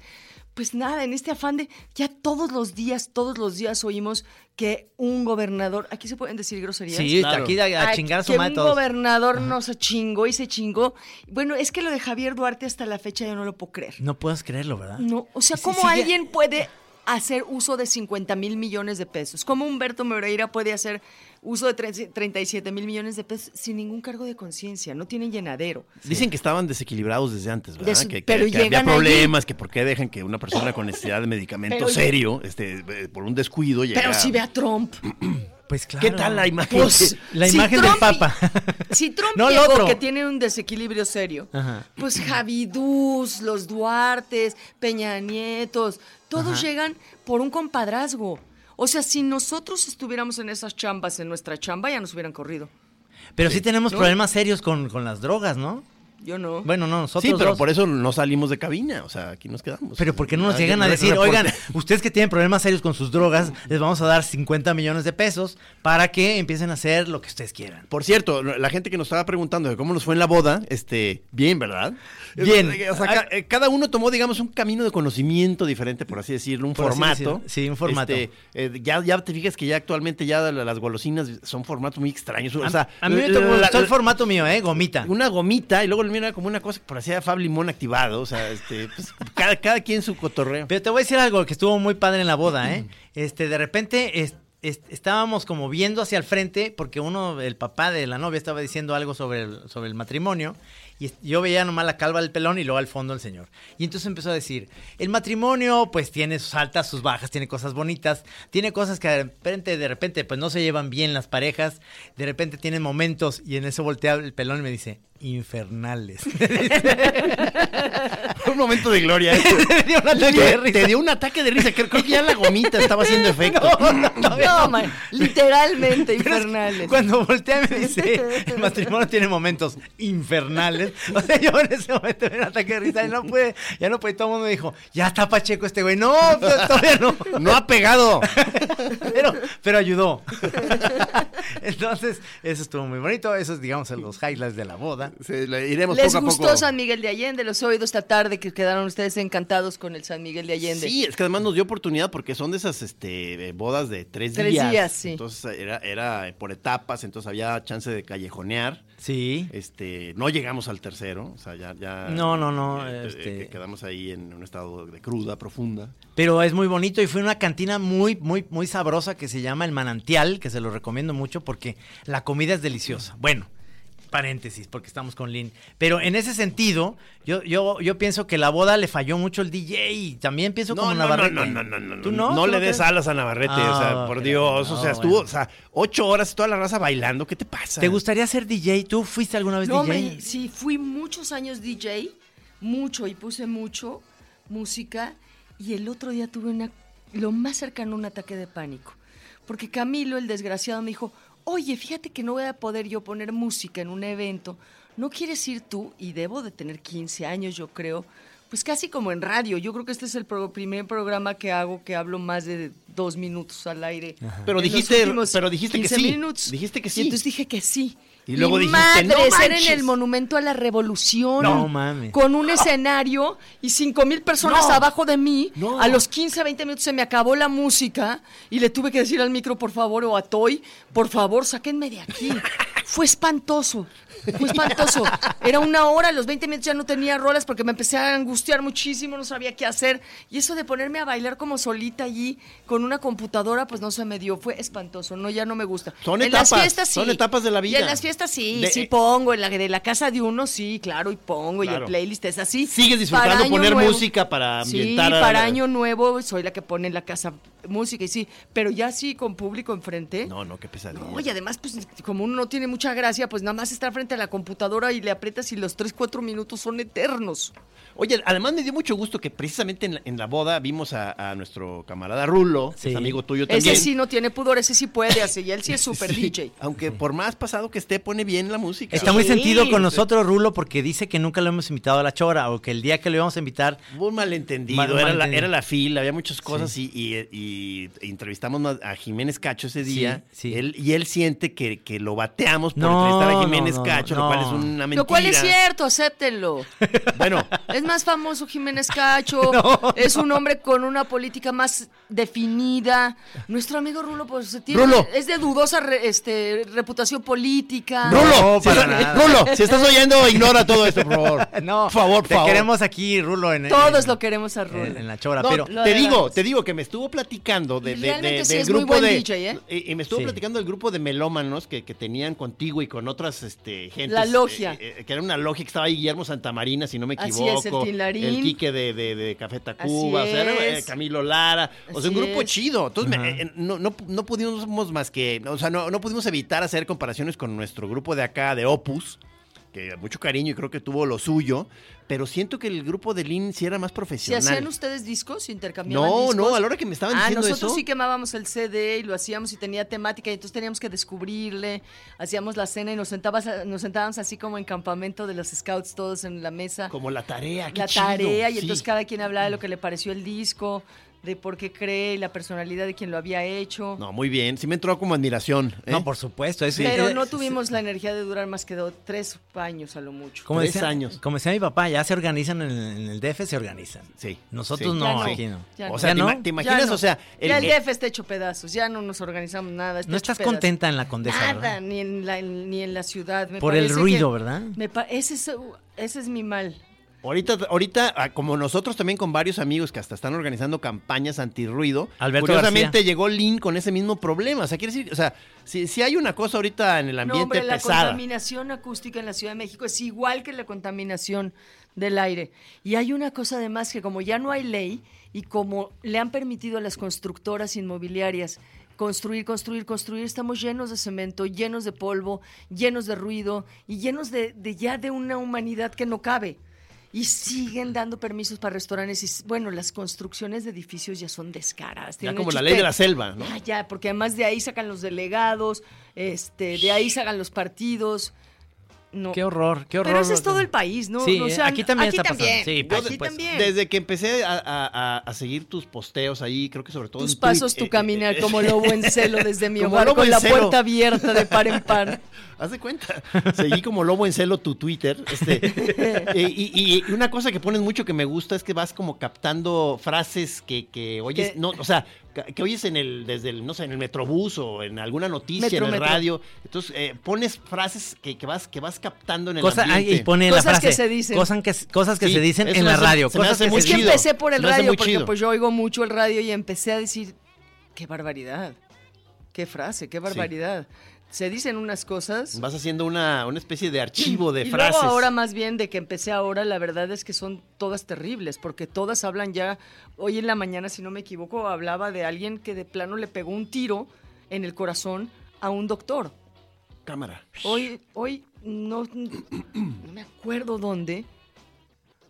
pues nada, en este afán de ya todos los días, todos los días oímos que un gobernador, aquí se pueden decir groserías. Sí, Claro. aquí a, a Ay, chingar a su que madre un todos. gobernador no se chingó y se chingó. Bueno, es que lo de Javier Duarte hasta la fecha yo no lo puedo creer. No puedes creerlo, ¿verdad? No, o sea, Sí, ¿cómo sí, ya- alguien puede hacer uso de 50 mil millones de pesos? ¿Cómo Humberto Moreira puede hacer uso de tre- 37 mil millones de pesos sin ningún cargo de conciencia? No tienen llenadero. Dicen que estaban desequilibrados desde antes, ¿verdad? Des- que, que- pero que había llegan problemas, que por qué dejan que una persona con necesidad de medicamento Pero- serio, este, eh, por un descuido, llegue Pero a- si ve a Trump. Pues claro. ¿Qué tal la imagen? Pues, [laughs] La si imagen Trump- del Papa. [laughs] Si Trump No, el llegó otro. que tiene un desequilibrio serio, Ajá. pues Javidús, los Duartes, Peña Nietos, todos llegan por un compadrazgo. O sea, si nosotros estuviéramos en esas chambas, en nuestra chamba, ya nos hubieran corrido. Pero sí, tenemos ¿No? problemas serios con, con las drogas, ¿no? Yo no. Bueno, no, nosotros Sí, pero dos. por eso no salimos de cabina, o sea, aquí nos quedamos. Pero porque no nos Ah, llegan a re- decir, reporte- oigan, ustedes que tienen problemas serios con sus drogas, les vamos a dar 50 millones de pesos para que empiecen a hacer lo que ustedes quieran. Por cierto, la gente que nos estaba preguntando de cómo nos fue en la boda, este, bien, ¿verdad? Bien. O sea, ca- eh, cada uno tomó, digamos, un camino de conocimiento diferente, por así decirlo, un Por así formato. decirlo. Sí, un formato. Este, eh, ya, ya te fijas que ya actualmente ya la- las golosinas son formatos muy extraños. O A- sea, a, mí me la- tocó- la- gustó el la- formato mío, ¿eh? Gomita. Una gomita y luego le mira como una cosa que parecía Fab Limón activado. O sea, este, pues, cada, cada quien su cotorreo. Pero te voy a decir algo que estuvo muy padre en la boda, ¿eh? Este, de repente es- es- estábamos como viendo hacia el frente porque uno, el papá de la novia estaba diciendo algo sobre el, sobre el matrimonio y es- yo veía nomás la calva del pelón y luego al fondo el señor. Y entonces empezó a decir, el matrimonio pues tiene sus altas, sus bajas, tiene cosas bonitas, tiene cosas que de repente, de repente pues no se llevan bien las parejas, de repente tienen momentos y en eso voltea el pelón y me dice, infernales. [laughs] Fue un momento de gloria. ¿eh? Me [laughs] dio un ataque de Te, risa. te dio un ataque de risa. Creo, creo que ya la gomita [laughs] estaba haciendo efecto. [laughs] No, man, literalmente Pero es que infernales. Cuando voltea me dice, el matrimonio tiene momentos infernales. O sea, yo en ese momento me dio un ataque de risa y no pude, ya no pude. Todo el mundo me dijo, ya está Pacheco este güey. No, pues, todavía no. No ha pegado. Pero, pero ayudó. [laughs] Entonces, eso estuvo muy bonito. Esos, digamos, son los highlights de la boda. Se- le iremos Les poco a gustó poco. San Miguel de Allende, los he oído esta tarde que quedaron ustedes encantados con el San Miguel de Allende. Sí, es que además nos dio oportunidad porque son de esas este, eh, bodas de tres, Tres días. días, sí. Entonces era, era por etapas, entonces había chance de callejonear. Sí. Este, no llegamos al tercero, o sea, ya, ya- No, no, no, eh, este- eh, quedamos ahí en un estado de cruda profunda. Pero es muy bonito y fue una cantina muy, muy, muy sabrosa que se llama El Manantial, que se lo recomiendo mucho porque la comida es deliciosa. Bueno, paréntesis, porque estamos con Lynn. Pero en ese sentido, yo, yo, yo pienso que la boda le falló mucho el DJ y también pienso como Navarrete. ¿Tú no? ¿Tú le des crees? alas a Navarrete, o Ah, sea, por ok, Dios, o no, sea, estuvo, bueno. o sea, ocho horas toda la raza bailando, ¿qué te pasa? ¿Te gustaría ser DJ? ¿Tú fuiste alguna vez No, DJ? hombre, sí, fui muchos años DJ, mucho, y puse mucho música, y el otro día tuve una, lo más cercano, un ataque de pánico. Porque Camilo, el desgraciado, me dijo, oye, fíjate que no voy a poder yo poner música en un evento, ¿no quieres ir tú? Y debo de tener 15 años, yo creo, pues casi como en radio. Yo creo que este es el pro- primer programa que hago que hablo más de dos minutos al aire. Pero En los dijiste- últimos pero dijiste que 15 sí. minutos. Dijiste que Y sí. entonces dije que sí. Y luego Mi dijiste, "No madre, ser manches". en el monumento a la revolución. No mames. Con un escenario y cinco mil personas abajo de mí. No. A los 15, 20 minutos se me acabó la música y le tuve que decir al micro, por favor, o a Toy, por favor, sáquenme de [laughs] aquí. Fue espantoso, fue espantoso. Era una hora, a los 20 minutos ya no tenía rolas porque me empecé a angustiar muchísimo, no sabía qué hacer. Y eso de ponerme a bailar como solita allí con una computadora, pues no se me dio. Fue espantoso, no, ya no me gusta. Son en etapas, las fiestas, sí. son etapas de la vida. Y en las fiestas sí, De- eh, sí pongo, en la de la casa de uno sí, claro, y pongo, y Claro. el playlist es así. Sigues disfrutando Para Año poner música para ambientar Sí, a- para año nuevo soy la que pone en la casa música y sí, pero ya sí con público enfrente. No, no, qué pesadilla. No, y además, pues como uno no tiene mucha gracia, pues nada más estar frente a la computadora y le aprietas y los 3, 4 minutos son eternos. Oye, además me dio mucho gusto que precisamente en la, en la boda vimos a, a nuestro camarada Rulo, que Sí. es amigo tuyo también. Ese sí no tiene pudor, ese sí puede hacer, y él sí es súper [laughs] Sí, DJ. Aunque por más pasado que esté, pone bien la música. Está muy Sí. sentido con nosotros, Rulo, porque dice que nunca lo hemos invitado a la chora o que el día que lo íbamos a invitar Hubo un malentendido, Mal- era, La, malentendido. era la fila, había muchas cosas y, y- y entrevistamos más a Jiménez Cacho ese día. sí. Él, y él siente que, que lo bateamos por No, entrevistar a Jiménez no, no, no, Cacho Cacho, lo cual es una mentira. Lo cual es cierto, acéptenlo. Bueno, Es más famoso Jiménez Cacho, [laughs] No, es un hombre con una política más definida. Nuestro amigo Rulo, pues se tiene, Rulo. es de dudosa re- este, reputación política. [laughs] Rulo, No, si para estás- nada. Rulo, si estás oyendo, ignora todo esto, por favor. [laughs] No, por favor, por te favor. queremos aquí, Rulo. En, Todos en- lo queremos a Rulo. En, en la chora, No, pero... lo te de digo, las- te digo que me estuvo platicando de, Y de- realmente de- sí del es muy grupo buen de DJ, ¿eh? y, y me estuvo Sí. platicando del grupo de melómanos que, que tenían contigo y con otras este gentes, La logia. eh, eh, que era una logia que estaba ahí Guillermo Santamarina, si no me Así es, equivoco, el Tin el Larín. Quique de, de, de Café Tacuba, o sea, era, eh, es. Camilo Lara, o sea, un Así grupo es. chido. Entonces me- eh, no, no, no pudimos más que, o sea, no, no pudimos evitar hacer comparaciones con nuestro grupo de acá de Opus que mucho cariño y creo que tuvo lo suyo, pero siento que el grupo de Lin sí era más ¿Si profesional. hacían ustedes discos? ¿Intercambiaban No, discos? no, a la hora que me estaban Ah, diciendo nosotros eso. sí quemábamos el CD y lo hacíamos y tenía temática y entonces teníamos que descubrirle, hacíamos la cena y nos, sentabas, a- nos sentábamos así como en campamento de los scouts todos en la mesa. Como la tarea, qué la chido, tarea y sí. Mm. entonces cada quien hablaba de lo que le pareció el disco, de por qué cree y la personalidad de quien lo había hecho. No, muy bien, sí me entró como admiración. ¿eh? No, por supuesto. es- Pero eh, no es- tuvimos la energía de durar más que do- tres años a lo mucho. Como Tres decía, años. Como decía mi papá, ya se organizan en el, en el DF, se organizan. Sí, Nosotros sí. no, Ya no, aquí no. ya O no. sea, ¿Ya te, no? ima- te imaginas, Ya no. o sea, el- ya el eh, DF está hecho pedazos, ya no nos organizamos nada. está No hecho estás pedazos. contenta en la condesa. Nada, ¿verdad? ni en la, ni en la ciudad. me Por el parece que- ruido, ¿verdad? me pa- ese, es, uh, ese es mi mal. ahorita, ahorita, ah, como nosotros también con varios amigos que hasta están organizando campañas antirruido, Alberto curiosamente García. llegó Lin con ese mismo problema. O sea, quiere decir, o sea, si, si hay una cosa ahorita en el No, ambiente hombre, la pesada. contaminación acústica en la Ciudad de México es igual que la contaminación del aire. Y hay una cosa además que como ya no hay ley y como le han permitido a las constructoras inmobiliarias construir, construir, construir, estamos llenos de cemento, llenos de polvo, llenos de ruido y llenos de, de ya de una humanidad que no cabe. Y siguen dando permisos para restaurantes. Y, s- bueno, las construcciones de edificios ya son descaradas. Ya tienen como hechos la ley de pe- la selva, ¿no? Ya, Ah, ya, porque además de ahí sacan los delegados, este, de ahí sacan los partidos. No. Qué horror, qué horror. Pero ese es todo el país, ¿no? Sí, No, o eh, sea, aquí también aquí está pasando. también. Sí, Yo por de- pues, Aquí supuesto. también. Desde que empecé a, a- a- a seguir tus posteos ahí, creo que sobre todo Tus en Twitter, pasos, eh, tu eh, caminar eh, como lobo en celo desde [laughs] mi Como hogar, lobo con en la celo. puerta abierta de par en par. Haz de cuenta. Seguí como lobo en celo tu Twitter. [laughs] Este, eh, y, y- y una cosa que pones mucho que me gusta es que vas como captando frases que, que oyes, Que- no, o sea, que, que oyes en el, desde el, no sé, en el metrobús o en alguna noticia, Metro, en el metro. radio. Entonces, eh, pones frases que, que vas, que vas captando en el Cosa- ay, ambiente. y pone la Cosas frase. que se dicen. Cosas que, cosas que Sí, se dicen eso en me la hace- radio. se me cosas hace que muy Es se que dicen. chido. empecé por el Se me hace radio, muy porque chido. pues yo oigo mucho el radio y empecé a decir, qué barbaridad, qué frase, qué barbaridad. Se dicen unas cosas. Vas haciendo una, una especie de archivo de y frases. Luego ahora más bien de que empecé ahora, la verdad es que son todas terribles, porque todas hablan ya, hoy en la mañana, si no me equivoco, hablaba de alguien que de plano le pegó un tiro en el corazón a un doctor. Cámara. Hoy, hoy no, no me acuerdo dónde.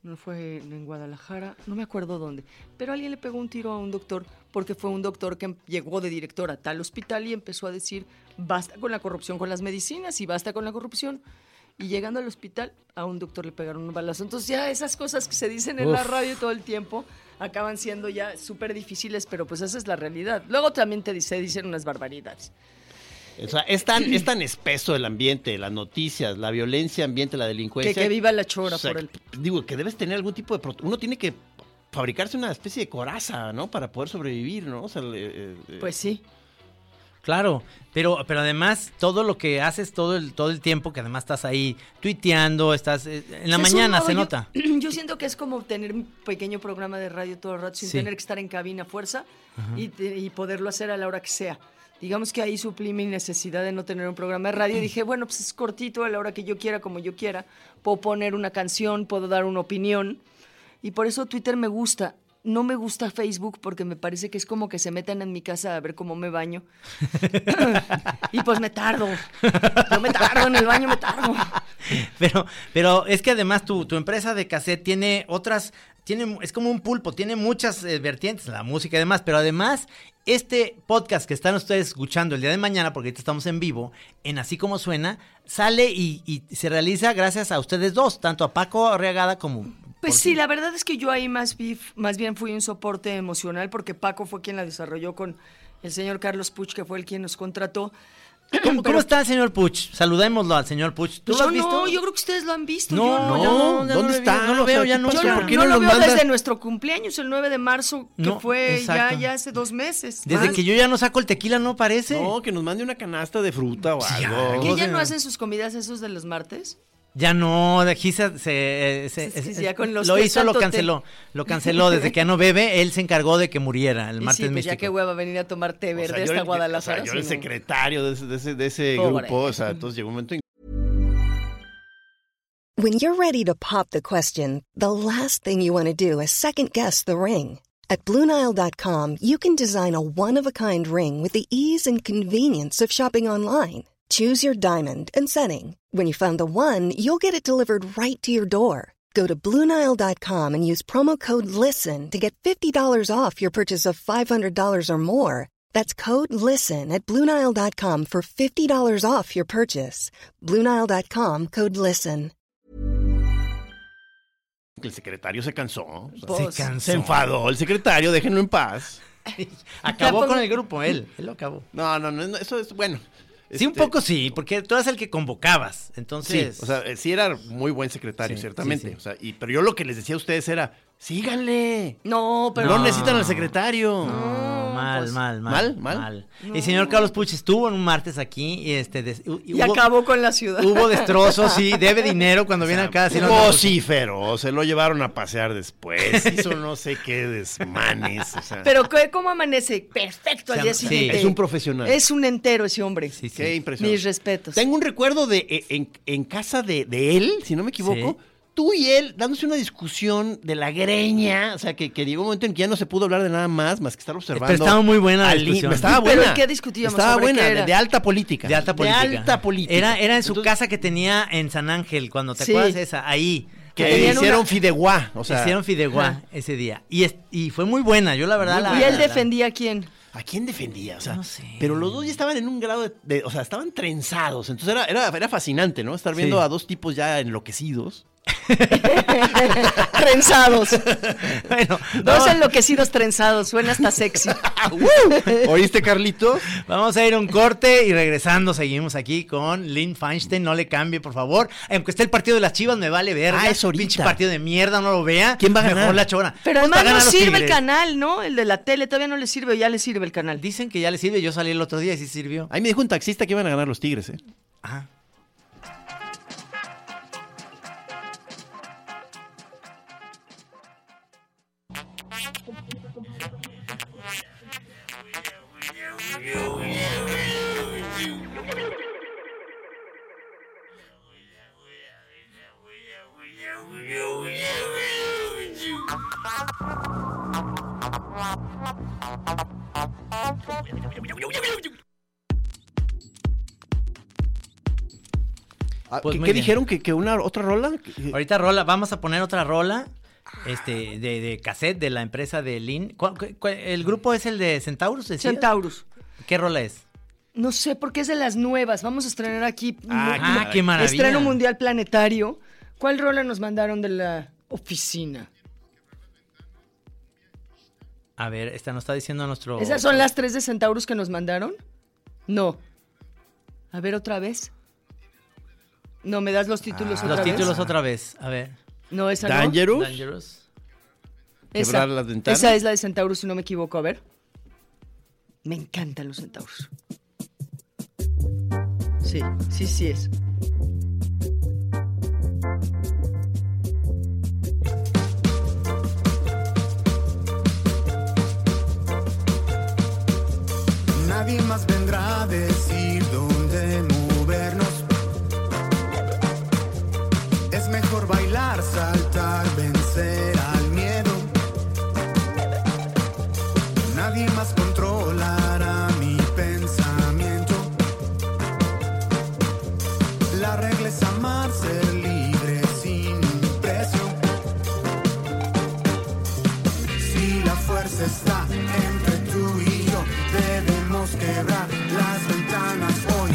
No fue en Guadalajara, no me acuerdo dónde. Pero alguien le pegó un tiro a un doctor porque fue un doctor que em- llegó de director a tal hospital y empezó a decir, basta con la corrupción con las medicinas y basta con la corrupción. Y llegando al hospital, a un doctor le pegaron un balazo. Entonces ya esas cosas que se dicen en la Uf. radio todo el tiempo acaban siendo ya súper difíciles, pero pues esa es la realidad. Luego también te dice, dicen unas barbaridades. O sea, es tan, es tan espeso el ambiente, las noticias, la violencia ambiente, la delincuencia. Que, que viva la chora O sea, por el... Digo, que debes tener algún tipo de... prote- Uno tiene que fabricarse una especie de coraza, ¿no? Para poder sobrevivir, ¿no? O sea, le- eh, eh, Pues sí. Claro, pero, pero además todo lo que haces todo el, todo el tiempo, que además estás ahí tuiteando, estás eh, en Es la un mañana modo, se yo- nota. [clears throat] Yo, siento que es como tener un pequeño programa de radio todo el rato sin Sí. tener que estar en cabina a fuerza y, te- y poderlo hacer a la hora que sea. Digamos que ahí suplí mi necesidad de no tener un programa de [clears throat] radio. Dije, bueno, pues es cortito, a la hora que yo quiera, como yo quiera. Puedo poner una canción, puedo dar una opinión. Y por eso Twitter me gusta. No me gusta Facebook porque me parece que es como que se metan en mi casa a ver cómo me [laughs] baño. [clears throat] y pues me tardo. Yo me tardo en el baño, me tardo. Pero, pero es que además tu, tu empresa de cassette tiene otras, tiene, es como un pulpo, tiene muchas eh, vertientes, la música y demás, pero además este podcast que están ustedes escuchando el día de mañana, porque ahorita estamos en vivo, en Así Como Suena, sale y, y se realiza gracias a ustedes dos, tanto a Paco Arriagada como... Pues sí, la verdad es que yo ahí más, vi- más bien fui un soporte emocional porque Paco fue quien la desarrolló con el señor Carlos Puch, que fue el quien nos contrató. ¿Cómo, cómo está el señor Puch? Saludémoslo al señor Puch. ¿Tú Pues lo has yo visto? no, yo creo que ustedes lo han visto. No, yo no, yo no, ya no ¿dónde lo he está? visto, no lo O sea, veo, ya ¿qué no pasa? Yo sé. no, ¿Por qué no no lo nos veo mandas? desde nuestro cumpleaños, el 9 de marzo, que No, fue ya, exacto. ya hace dos meses. Desde más. que yo ya no saco el tequila, ¿no parece? No, que nos mande una canasta de fruta o Sí, algo. algo. ¿Que ya de- no hacen sus comidas esos de los martes? Ya no, de aquí se, se- eh, se- Es que se- ya con los lo tres hizo, lo tanto te- canceló, lo canceló desde que ya no bebe, él se encargó de que muriera el Y martes sí, pues ya místico. qué hueva venir a tomar té O sea, verde yo hasta era- Guadalajara. o sea, yo sí, era el no. secretario de ese, de ese- de ese Pobre. grupo, o sea, entonces llegó un momento en When you're ready to pop the question, the last thing you want to do is second guess the ring. At Bluenile.com, you can design a one of a kind ring with the ease and convenience of shopping online. Choose your diamond and setting. When you find the one, you'll get it delivered right to your door. Go to Bluenile.com and use promo code LISTEN to get $50 off your purchase of $500 or more. That's code LISTEN at Bluenile.com for $50 off your purchase. Bluenile.com code LISTEN. que el secretario se cansó. o sea, Pues, se cansó. se enfadó el secretario, déjenlo en paz. [laughs] Ya Acabó pues con pongo- el grupo, él, él lo acabó. No, no, no, no, eso es bueno. Sí, un Este, poco sí, porque tú eras el que convocabas, Sí, entonces... o sea, eh, sí era muy buen secretario, Sí, ciertamente. sí, sí. O sea, y, pero yo lo que les decía a ustedes era, síganle. No, pero... No, necesitan al secretario. No, mal, pues, mal, mal, ¿mal? ¿mal? El señor Carlos Puch estuvo en un martes aquí y este... des- hu- Y acabó con la ciudad. Hubo destrozos, sí, debe dinero [laughs] cuando viene Ah, acá. sí, no, no, pues, Vocífero, se lo llevaron a pasear [laughs] después. Hizo no sé qué desmanes. O sea, Pero ¿qué- ¿cómo amanece? Perfecto al Se día ama- sí. siguiente. es un profesional. Es un entero ese hombre. sí, sí. Qué impresionante. Mis respetos. Tengo un recuerdo de eh, en, en casa de, de él, si no me equivoco. Sí. Tú y él dándose una discusión de la greña, o sea, que, que llegó un momento en que ya no se pudo hablar de nada más, más que estar observando. Pero estaba muy buena la al- discusión. Estaba ¿Pero buena. en qué discutíamos? Estaba ¿Sobre buena, qué de, era? de alta política. De alta política. De alta política. Era, era en su Entonces, casa que tenía en San Ángel, cuando te Sí. acuerdas esa, ahí. Que Ahí Tenían hicieron una- fideuá, o sea. hicieron fideuá Ajá. ese día. Y, es- y fue muy buena, yo la verdad la. ¿Y él la- defendía a quién? [laughs] ¿A quién defendía? O sea, No sé. pero los dos ya estaban en un grado de, de- o sea, estaban trenzados. Entonces era, era, era fascinante, ¿no? Estar viendo Sí. a dos tipos ya enloquecidos. Trenzados. [laughs] Bueno, Dos vamos, enloquecidos trenzados. Suena hasta [laughs] sexy. Ah, [laughs] ¿Oíste, Carlito? vamos a ir a un corte y regresando seguimos aquí con Lynn Feinstein. No le cambie, por favor. Aunque esté el partido de las Chivas, me vale ver. Ah, es ahorita. Pinche partido de mierda, no lo vea. ¿Quién va a ganar? Mejor la chora. Pero Pues va a además no ganar los sirve el Tigres. canal, ¿no? El de la tele todavía no le sirve, o ya le sirve el canal. Dicen que ya le sirve. Yo salí el otro día y sí sirvió. Ahí me dijo un taxista que iban a ganar los Tigres, ¿eh? Ajá. Ah, Pues ¿Qué, muy qué bien. dijeron? ¿Que, que una otra rola? Que- Ahorita rola, vamos a poner otra rola este, de, de cassette de la empresa de Lin. ¿Cuál- cu- cu- ¿El grupo es el de Centaurus? decías? Centaurus. ¿Qué rola es? No sé, porque es de las nuevas. Vamos a estrenar aquí. Ah, mu- Ah, qué maravilla. Estreno mundial planetario. ¿Cuál rola nos mandaron de la oficina? A ver, esta nos está diciendo nuestro. ¿Esas son las tres de Centaurus que nos mandaron? No. A ver otra vez. No, me das los títulos Ah. los otra títulos vez. otra vez. A ver. No, esa no. ¿Dangerous? Dangerous. Esa. Quebrar las ventanas. esa es la de Centaurus, si no me equivoco. A ver. Me encantan los Centaurus. Sí, sí, sí es. Nadie más vendrá a decir dónde movernos. Es mejor bailar, saltar, vencer al miedo. Nadie más controlará mi pensamiento. La regla es amar, ser libre sin un precio. Si la fuerza está entre tú y yo, debemos quebrar las ventanas hoy.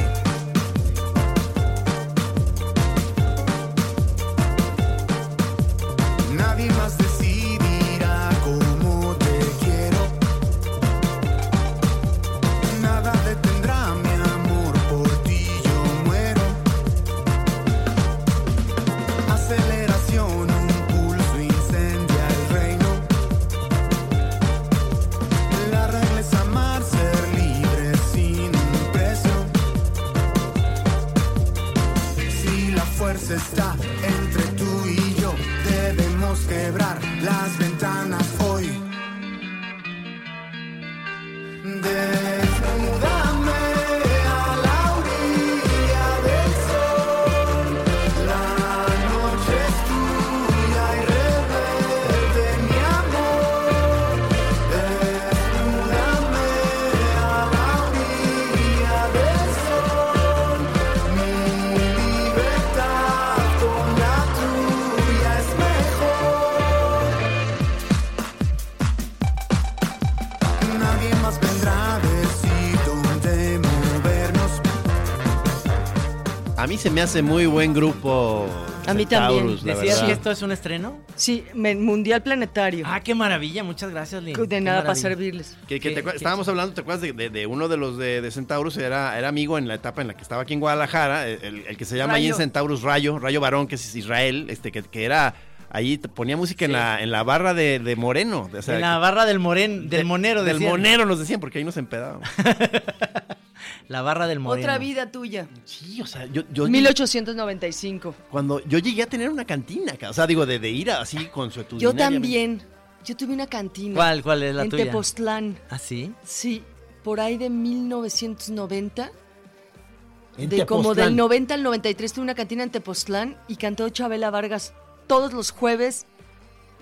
Desnúdame a la orilla del sol. La noche es tuya y rebelde, mi amor. Desnúdame a la orilla del sol. Mi libertad con la tuya es mejor. Nadie más vendrá a decir dónde movernos. A mí se me hace muy buen grupo. A mí Centaurus, la ¿Decías verdad. que este esto es un estreno? Sí, men- Mundial Planetario. Ah, qué maravilla, muchas gracias, Lin. de Qué nada para maravilla. servirles. Que- que te ¿Qué- acuer- qué- estábamos hablando, ¿te acuerdas de, de- de uno de los de, de Centaurus? Era, era amigo en la etapa en la que estaba aquí en Guadalajara, el, el que se llama ahí en Rayo. Centaurus Rayo, Rayo Barón, que es Israel, este que, que era ahí te ponía música en la en la barra de, de Moreno. o sea, en la que- barra del moren, del de- monero, Del decían. monero nos decían, porque ahí nos [laughs] empedábamos. La barra del monero. Otra vida tuya. sí, o sea, yo, yo 1895. cuando yo llegué a tener una cantina, ca- o sea, digo, de, de ir a- así con su Yo también. Yo tuve una cantina. ¿Cuál, cuál es la en tuya? Tepoztlán. ¿Ah, sí? Sí, por ahí de 1990. En de como Tepoztlán. del 90 al 93 tuve una cantina en Tepoztlán y cantó Chabela Vargas todos los jueves,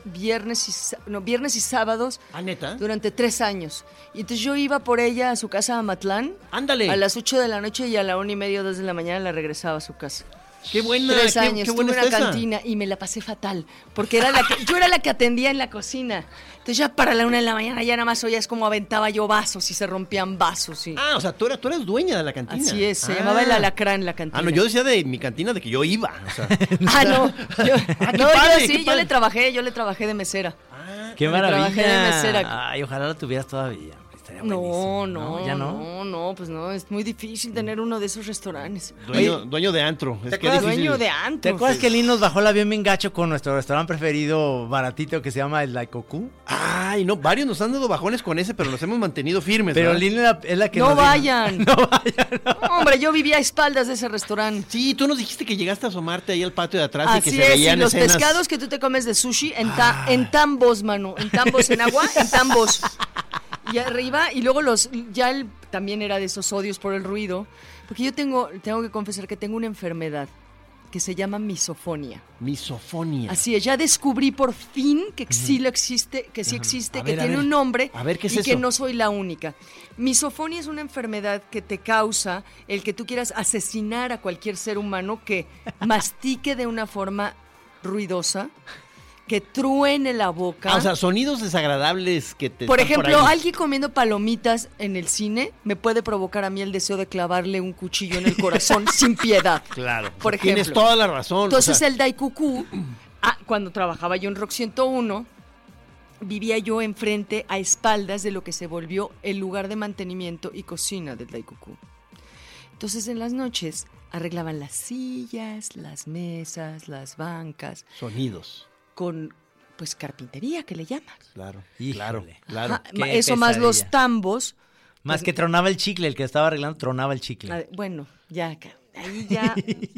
viernes y, sa- no, viernes y sábados Ah, neta. durante tres años. Y entonces yo iba por ella a su casa a Matlán. Ándale. A las 8 de la noche y a la 1 y media, 2 de la mañana la regresaba a su casa. Qué buena, Tres qué- años, qué tuve buena una está esa. cantina y me la pasé fatal, porque era la que, yo era la que atendía en la cocina. Entonces ya para la una de la mañana ya nada más oías como aventaba yo vasos y se rompían vasos. Y... Ah, o sea, tú eras, tú eras dueña de la cantina. Así es, se Ah. llamaba el alacrán la cantina. Ah, no, yo decía de mi cantina de que yo iba. O [laughs] sea, Ah, no, yo, [laughs] Ah, qué no, yo padre, qué sí, yo padre. Ah, le trabajé, yo le trabajé de mesera. Qué Me maravilla. trabajé de mesera. Ay, ojalá la tuvieras todavía. Estaría No, buenísimo, no, ¿Ya no? no, no, pues no, es muy difícil tener uno de esos restaurantes. dueño, dueño de antro. Es ¿Te que acuerdas? difícil. Dueño de ¿Te antro. acuerdas que Lin nos bajó el avión bien gacho con nuestro restaurante preferido baratito que se llama el Daikoku? Ay, no, varios nos han dado bajones con ese, pero nos hemos mantenido firmes. Pero ¿verdad? Lin es la, es la que No nos dijo- vayan. [laughs] No vayan. no. Hombre, yo vivía a espaldas de ese restaurante. Sí, tú nos dijiste que llegaste a asomarte ahí al patio de atrás y Así que se es, y veían los escenas. Ah. pescados que tú te comes de sushi en, ta- en tambos, mano. En tambos en agua, en tambos. Y arriba, y luego los. Ya el, también era de esos odios por el ruido. Porque yo tengo, tengo que confesar que tengo una enfermedad que se llama misofonia. Misofonia. Así es, ya descubrí por fin que sí lo existe, que sí existe, A que ver, a tiene ver. un nombre A ver, ¿qué es y que eso? no soy la única. Misofonia es una enfermedad que te causa el que tú quieras asesinar a cualquier ser humano [laughs] que mastique de una forma ruidosa, que truene la boca. Ah, o sea, sonidos desagradables que te. por están ejemplo, ahí. alguien comiendo palomitas en el cine me puede provocar a mí el deseo de clavarle un cuchillo en el [laughs] corazón sin piedad. Claro. Por o sea, Tienes ejemplo. toda la razón. Entonces el Daikuku, [clears throat] ah, cuando trabajaba yo en Rock 101, vivía yo enfrente a espaldas de lo que se volvió el lugar de mantenimiento y cocina del Daikuku. Entonces en las noches arreglaban las sillas, las mesas, las bancas, Sonidos. con pues carpintería que le llaman. Claro. Híjole. Claro. Claro. Ajá, qué ma- eso más los pesadilla. tambos. Más que tronaba el chicle, el que estaba arreglando tronaba el chicle. A ver, Ah, bueno, ya acá. Ahí [laughs] ya. Y,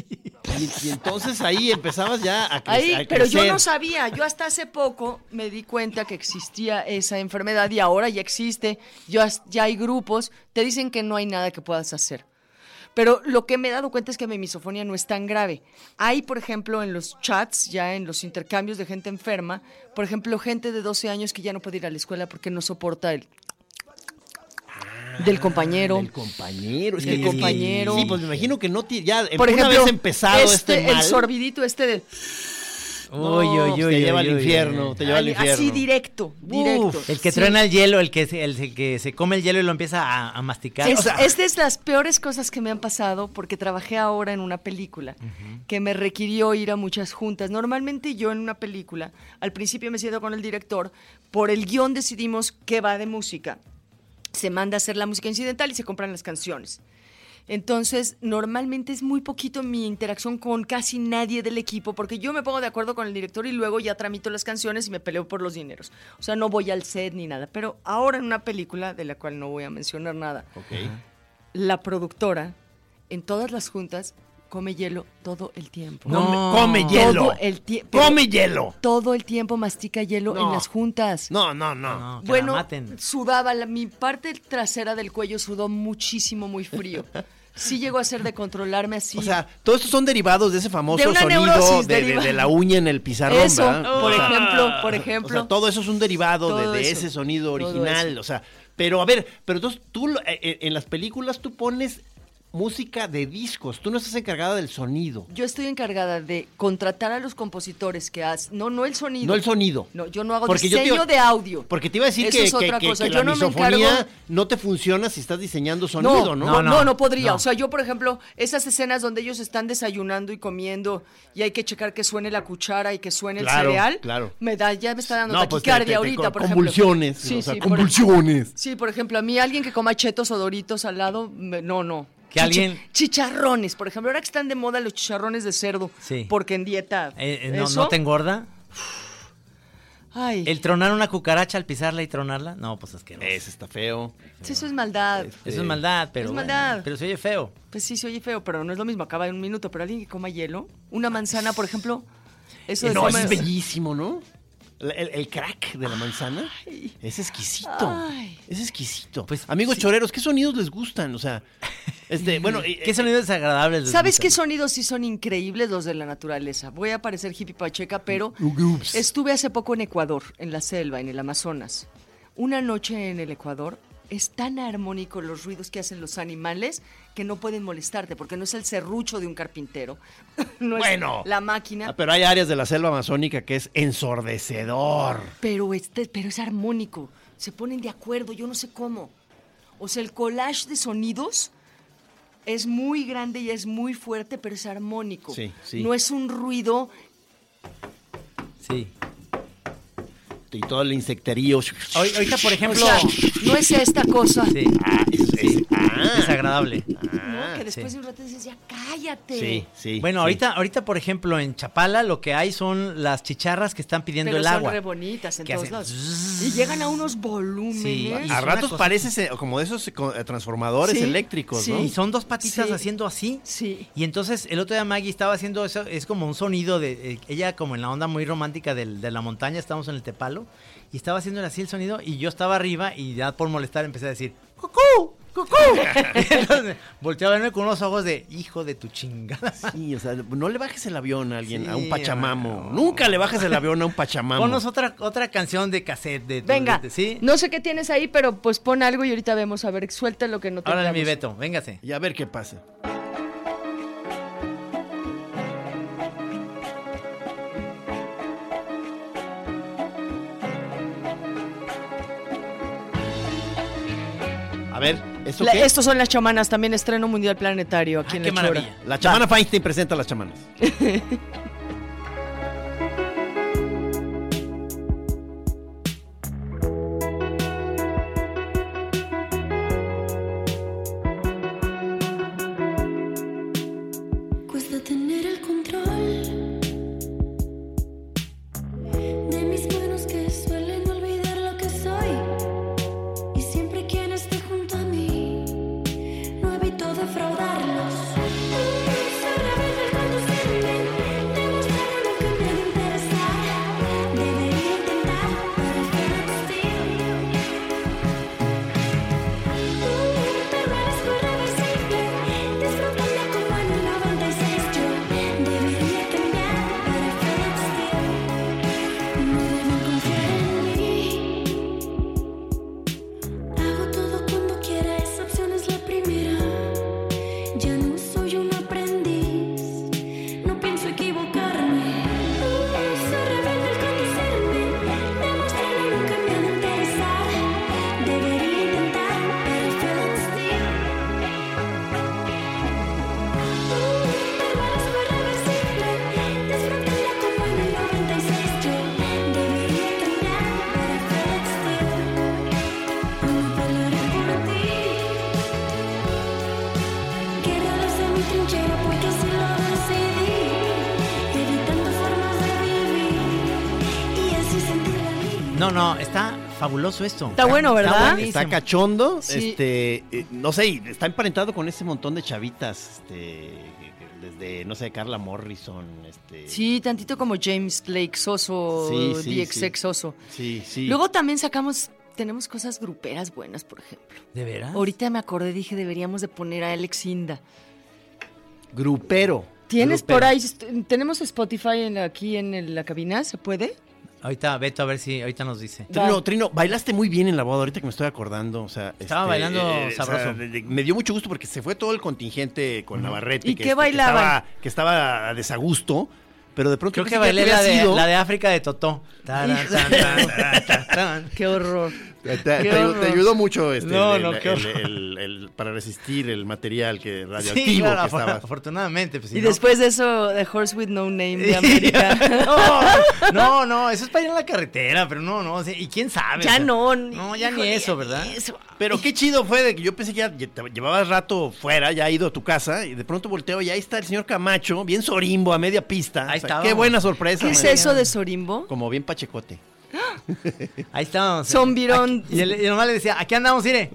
y entonces ahí empezabas ya a, cre- Ahí, a pero yo crecer. no sabía, yo hasta hace poco me di cuenta que existía esa enfermedad y ahora ya existe, ya, has- ya hay grupos, te dicen que no hay nada que puedas hacer. Pero lo que me he dado cuenta es que mi misofonia no es tan grave. Hay, por ejemplo, en los chats, ya en los intercambios de gente enferma, por ejemplo, gente de 12 años que ya no puede ir a la escuela porque no soporta el... Ah, del compañero. El compañero. Es Del que- compañero. Sí, pues me imagino que no ti- ya por una ejemplo, vez empezado este, mal, el sorbidito este de... Uy, no, uy, uy, te uy, lleva al uy, uy, infierno, uy. te lleva al Así, infierno. directo, directo. Uf, el que Sí. truena el hielo, el que, se, el, el que se come el hielo y lo empieza a, a masticar. Es, O sea, es de las peores cosas que me han pasado porque trabajé ahora en una película que me requirió ir a muchas juntas. Normalmente yo en una película, al principio me siento con el director, por el guión decidimos qué va de música. Se manda a hacer la música incidental y se compran las canciones. Entonces, normalmente es muy poquito mi interacción con casi nadie del equipo, porque yo me pongo de acuerdo con el director y luego ya tramito las canciones y me peleo por los dineros. O sea, no voy al set ni nada. Pero ahora en una película, de la cual no voy a mencionar nada, Ok. la productora en todas las juntas come hielo todo el tiempo. No. Come hielo. Todo el tiempo. Come hielo. Todo el tiempo mastica hielo No. en las juntas. No, no, no. No, que la bueno, maten. sudaba, la- mi parte trasera del cuello sudó muchísimo, muy frío. Sí llegó a ser de controlarme así. O sea, todos estos son derivados de ese famoso De una sonido neurosis de, de- deriva- de la uña en el pizarrón, eso, ¿verdad? por O sea, ejemplo, por O ejemplo. sea, todo eso es un derivado de, Todo de eso. ese sonido Todo original. O sea, pero a ver, pero entonces tú lo- eh, eh, en las películas tú pones música de discos. Tú no estás encargada del sonido. Yo estoy encargada de contratar a los compositores que hacen. No, no el sonido. No el sonido. No, yo no hago Porque yo te- diseño de audio. Porque te iba a decir Eso que, es que- otra que- cosa. que yo la no me misofonía encargo. no te funciona si estás diseñando sonido, ¿no? No, no, no, no podría. no. O sea, yo, por ejemplo, esas escenas donde ellos están desayunando y comiendo y hay que checar que suene la cuchara y que suene Claro, el cereal, claro. me da, ya me está dando No, pues, te- taquicardia te- te ahorita, con- por convulsiones, ejemplo. o sea, por- convulsiones. sí, por ejemplo, a mí alguien que coma chetos o doritos al lado, me- no, no. Que alguien- Chicharrones, por ejemplo. Ahora que están de moda los chicharrones de cerdo. Sí. Porque en dieta. Eh, eh, no, eso- ¿No te engorda? Ay, ¿El tronar una cucaracha al pisarla y tronarla? No, pues es que no. Ese está feo. eso es maldad. Eso es maldad, pero. Es bueno, maldad. pero se oye feo. Pues sí, se oye feo, pero no es lo mismo. Acaba en un minuto. Pero alguien que coma hielo, una manzana, por ejemplo. Eso de Eh, No, ese comer- es bellísimo, ¿no? El, el- el crack de la manzana es exquisito. Ay. Es exquisito. Pues, amigos sí. choreros, ¿qué sonidos les gustan? [laughs] O sea, este, bueno, eh, ¿Qué sonidos desagradables? les ¿Sabes gustan? qué sonidos sí son increíbles los de la naturaleza? Voy a parecer hippie pacheca, pero estuve hace poco en Ecuador, en la selva, en el Amazonas. Una noche en el Ecuador es tan armónico los ruidos que hacen los animales que no pueden molestarte, porque no es el serrucho de un carpintero, [laughs] no es Bueno. la ah, máquina, pero hay áreas de la selva amazónica que es ensordecedor. pero, este, pero es armónico. Se ponen de acuerdo, yo no sé cómo. O sea, el collage de sonidos es muy grande y es muy fuerte, pero es armónico. Sí, sí. No es un ruido Sí. Y todo el insecterío. Hoy- ahorita, por O ejemplo. sea, no es esta cosa. Sí. Sí. Desagradable. ¿no? Que después de sí. un rato dices, ya cállate. Sí, sí. Bueno, sí. ahorita, ahorita, por ejemplo, en Chapala lo que hay son las chicharras que están pidiendo Pero el son agua. re bonitas en ¿Qué todos hacen? lados. Y llegan a unos volúmenes. Sí. Sí. Y- A es una ratos cosa- parece ese- como de esos eh, co- eh, transformadores Sí, eléctricos, sí. ¿no? Y son dos patitas Sí. haciendo así. Y entonces el otro día Maggie estaba haciendo eso, es como un sonido de, eh, ella como en la onda muy romántica del- de la montaña, estábamos en el Tepalo, y estaba haciendo así el sonido, y yo estaba arriba, y ya por molestar empecé a decir, [laughs] ¡Cucú! ¡Cucú! Entonces, Volteé a verme con unos ojos de, hijo de tu chingada. Sí, o sea, no le bajes el avión a alguien, a Sí, un pachamamo. no. Nunca le bajes el avión a un pachamamo. Ponos otra, otra canción de cassette de... Venga, de- ¿sí? no sé qué tienes ahí, pero pues pon algo y ahorita vemos. A ver, suelta lo que no te Ahora mi Beto, Ah, véngase. Y a ver qué pasa. A ver, ¿esto qué? Estos son las chamanas, también estreno mundial planetario aquí Ah, en qué La Chora. maravilla. La chamana Feinstein presenta a las chamanas. Cuesta tener el control de mis manos que suelen olvidar lo que soy. Y siempre quien esté junto a mí, no evito defraudarlos. Soy rebelde cuando sienten, demostrar lo que me interesa. Debería intentar, pero feel Hago todo cuando quiera, esa opción es la primera. Ya no soy un aprendiz, no pienso equivocarme. Soy rebelde al conocerme, demostraré nunca me han de interesar. Debería intentar, pero feel still. Permanecer irreversible, desfrutarla como en el 96 yo. Debería cambiar, pero feel still. No pelearé por ti. Guerreros de mi trinchera porque así lo decidí Evitando formas de vivir Y así sentir la vida No, no, está fabuloso esto. Está bueno, ¿verdad? buenísimo. Está cachondo, Sí. este, eh, no sé, y está emparentado con ese montón de chavitas, este, Desde, no sé, Carla Morrison, este... Sí, tantito como James Blake Soso, Sí, sí, DXX sí. Soso. Sí, sí. Luego también sacamos, tenemos cosas gruperas buenas, por ejemplo. ¿De veras? Ahorita me acordé, dije, deberíamos de poner a Alex Inda. Grupero. ¿Tienes por Grupero. ahí, est- tenemos Spotify en la- aquí en el- la cabina? ¿Se puede? Ahorita, Beto, a ver si ahorita nos dice. Trino, Trino, bailaste muy bien en la boda, ahorita que me estoy acordando. O sea, este, eh, Estaba bailando o sea, sabroso. de- de- me dio mucho gusto porque se fue todo el contingente con Navarrete. ¿Y que qué este- que bailaban? estaba- Que estaba, a desagusto, pero de pronto Creo yo que pensé bailé te la habías de, ido. la de África de Totó. Taran, Híjole. tan, tan, taran, tan, tan. ¡Qué [laughs] horror! Eh, Te, te- Qué te- te horror. ayudó mucho este, No, el- no, el- qué horror. el- el- el- para resistir el material que radioactivo Sí, claro, que afor- estabas. afortunadamente. pues, si y no- después de eso, The Horse with No Name [laughs] de [laughs] América. no, [laughs] no, no, eso es para ir en la carretera, pero no, no, o sea, y quién sabe. o ya sea, no. No, ya ni híjole, eso, ¿verdad? eso. Pero qué chido fue de que yo pensé que ya lle- te- llevabas rato fuera, ya ido a tu casa, y de pronto volteo y ahí está el señor Camacho, bien sorimbo, a media pista. Ahí O sea, estaba. Qué buena sorpresa. ¿Qué es hombre. eso de Sorimbo? Como bien pachecote. Ahí estábamos. Zombirón. Aquí- Y, él- y nomás le decía, aquí andamos, [laughs] Ire.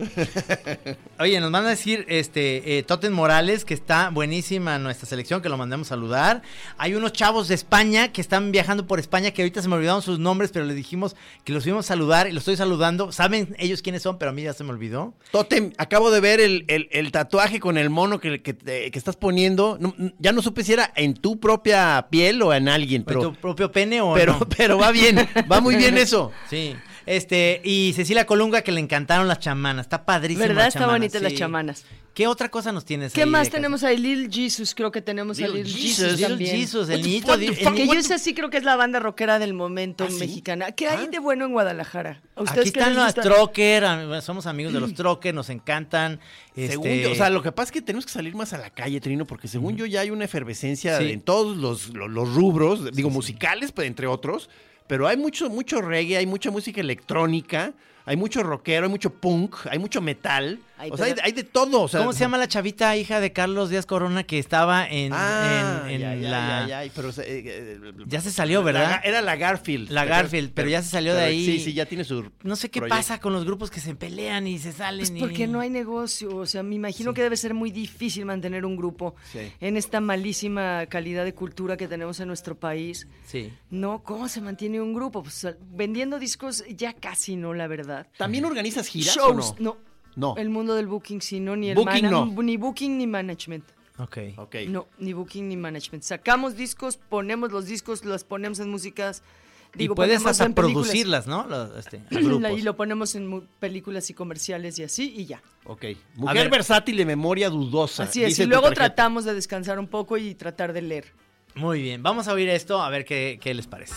Oye, nos van a decir este eh, Totten Morales, que está buenísima nuestra selección, que lo mandamos saludar. Hay unos chavos de España que están viajando por España, que ahorita se me olvidaron sus nombres, pero les dijimos que los fuimos a saludar y los estoy saludando. Saben ellos quiénes son, pero a mí ya se me olvidó. Totem, acabo de ver el, el- el tatuaje con el mono que, que te- que estás poniendo. No, n- ya no supe si era en tu propia piel o en alguien, ¿En ¿Tu pero, propio pene o pero, [laughs] no? pero va bien, va muy bien [laughs] eso. Sí. Este, y Cecilia Colunga, que le encantaron las chamanas. Está padrísimo. ¿Verdad? las Está chamanas, bonita las sí. chamanas. ¿Qué otra cosa nos tienes ¿Qué ahí más de casa? tenemos ahí? Lil Jesus, creo que tenemos a Little Lil Jesus, Jesus, Little también. Jesus, el What the niño fuck, di- what the el fuck, Que niño- yo esa sí creo que es la banda rockera del momento ¿Ah, sí? mexicana. ¿Qué hay Ah. de bueno en Guadalajara? ¿A ustedes Aquí qué están les los gusta? trocker, am- somos amigos de los trocker, nos encantan. Mm. Según este, yo, o sea, lo que pasa es que tenemos que salir más a la calle, Trino, porque según yo ya hay una efervescencia Sí. en todos los, los- los rubros, digo, musicales, pues, entre otros, pero hay mucho, mucho reggae, hay mucha música electrónica, hay mucho rockero, hay mucho punk, hay mucho metal. Ay, o sea, hay, pero- hay de todo. o sea- ¿Cómo se llama la chavita hija de Carlos Díaz Corona que estaba en, Ah, en- en ya, ya, la... ya, ya, pero, o sea, eh, eh, Ya se salió, ¿verdad? La- era la Garfield. La Garfield, pero ya se salió de ahí. Sí, sí, ya tiene su. No sé qué proyecto. pasa con los grupos que se pelean y se salen. Pues y- porque no hay negocio, o sea, me imagino que debe ser muy difícil mantener un grupo Sí. en esta malísima calidad de cultura que tenemos en nuestro país. Sí. No, ¿cómo se mantiene un grupo? Pues al- vendiendo discos ya casi no, la verdad. ¿También organizas giras? Shows, o no? No. El mundo del booking, sí, no, ni el Booking, mana- no. ni booking ni management. Ok. Ok. No, ni booking ni management. Sacamos discos, ponemos los discos, los ponemos en músicas. Digo, y puedes ponemos hasta en películas. [clears throat] producirlas, ¿no? Lo- [clears throat] este, Y lo ponemos en mu- películas y comerciales y así y ya. Ok. A Mujer ver. versátil de memoria dudosa. Así es. dice Y tu luego tarjeta. tratamos de descansar un poco y tratar de leer. Muy bien, vamos a oír esto a ver qué, qué les parece.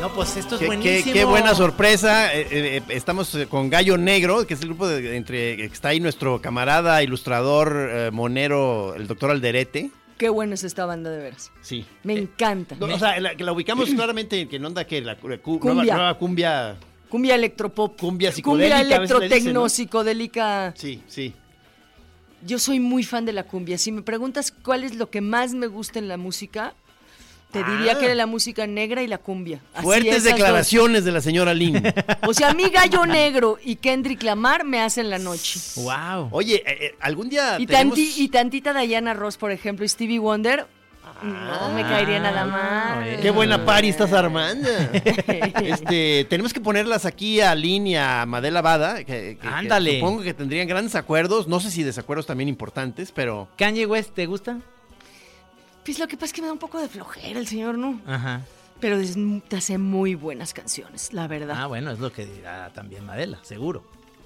No, pues esto es Qué, qué- buenísimo. qué buena sorpresa. eh, eh, eh, estamos eh, con Gallo Negro, que es el grupo de, entre que está ahí nuestro camarada, ilustrador, eh, monero, el doctor Alderete. Qué buena es esta banda de veras. Sí. Me encanta. Eh, No, o sea, la, que la [clears throat] ubicamos claramente que no anda que la cu- cu- Cumbia. Nueva, nueva cumbia. Cumbia electropop. Cumbia psicodélica, a veces le dicen, electrotecno, ¿no? psicodélica. Sí, sí. Yo soy muy fan de la cumbia. Si me preguntas cuál es lo que más me gusta en la música, Te diría que era la música negra y la cumbia. Así, Ah. Fuertes esas declaraciones de la [laughs] señora Lynn. dos. O sea, a mí Gallo Negro y Kendrick Lamar me hacen la noche. Wow. Oye, eh, eh, algún día Y, tenemos- tanti- y tantita Diana Ross, por ejemplo, y Stevie Wonder, no me caería nada mal. Ah, Qué buena pari estás Ah. armando. [laughs] este, tenemos que ponerlas aquí a Lynn y a Madela Bada. que- que- que Ándale. supongo que tendrían grandes acuerdos. No sé si desacuerdos también importantes, pero. ¿Kanye West te gusta? Pues lo que pasa es que me da un poco de flojera el señor, ¿no? Ajá. Pero es- te hace muy buenas canciones, la verdad. Ah, bueno, es lo que dirá también Madela, seguro.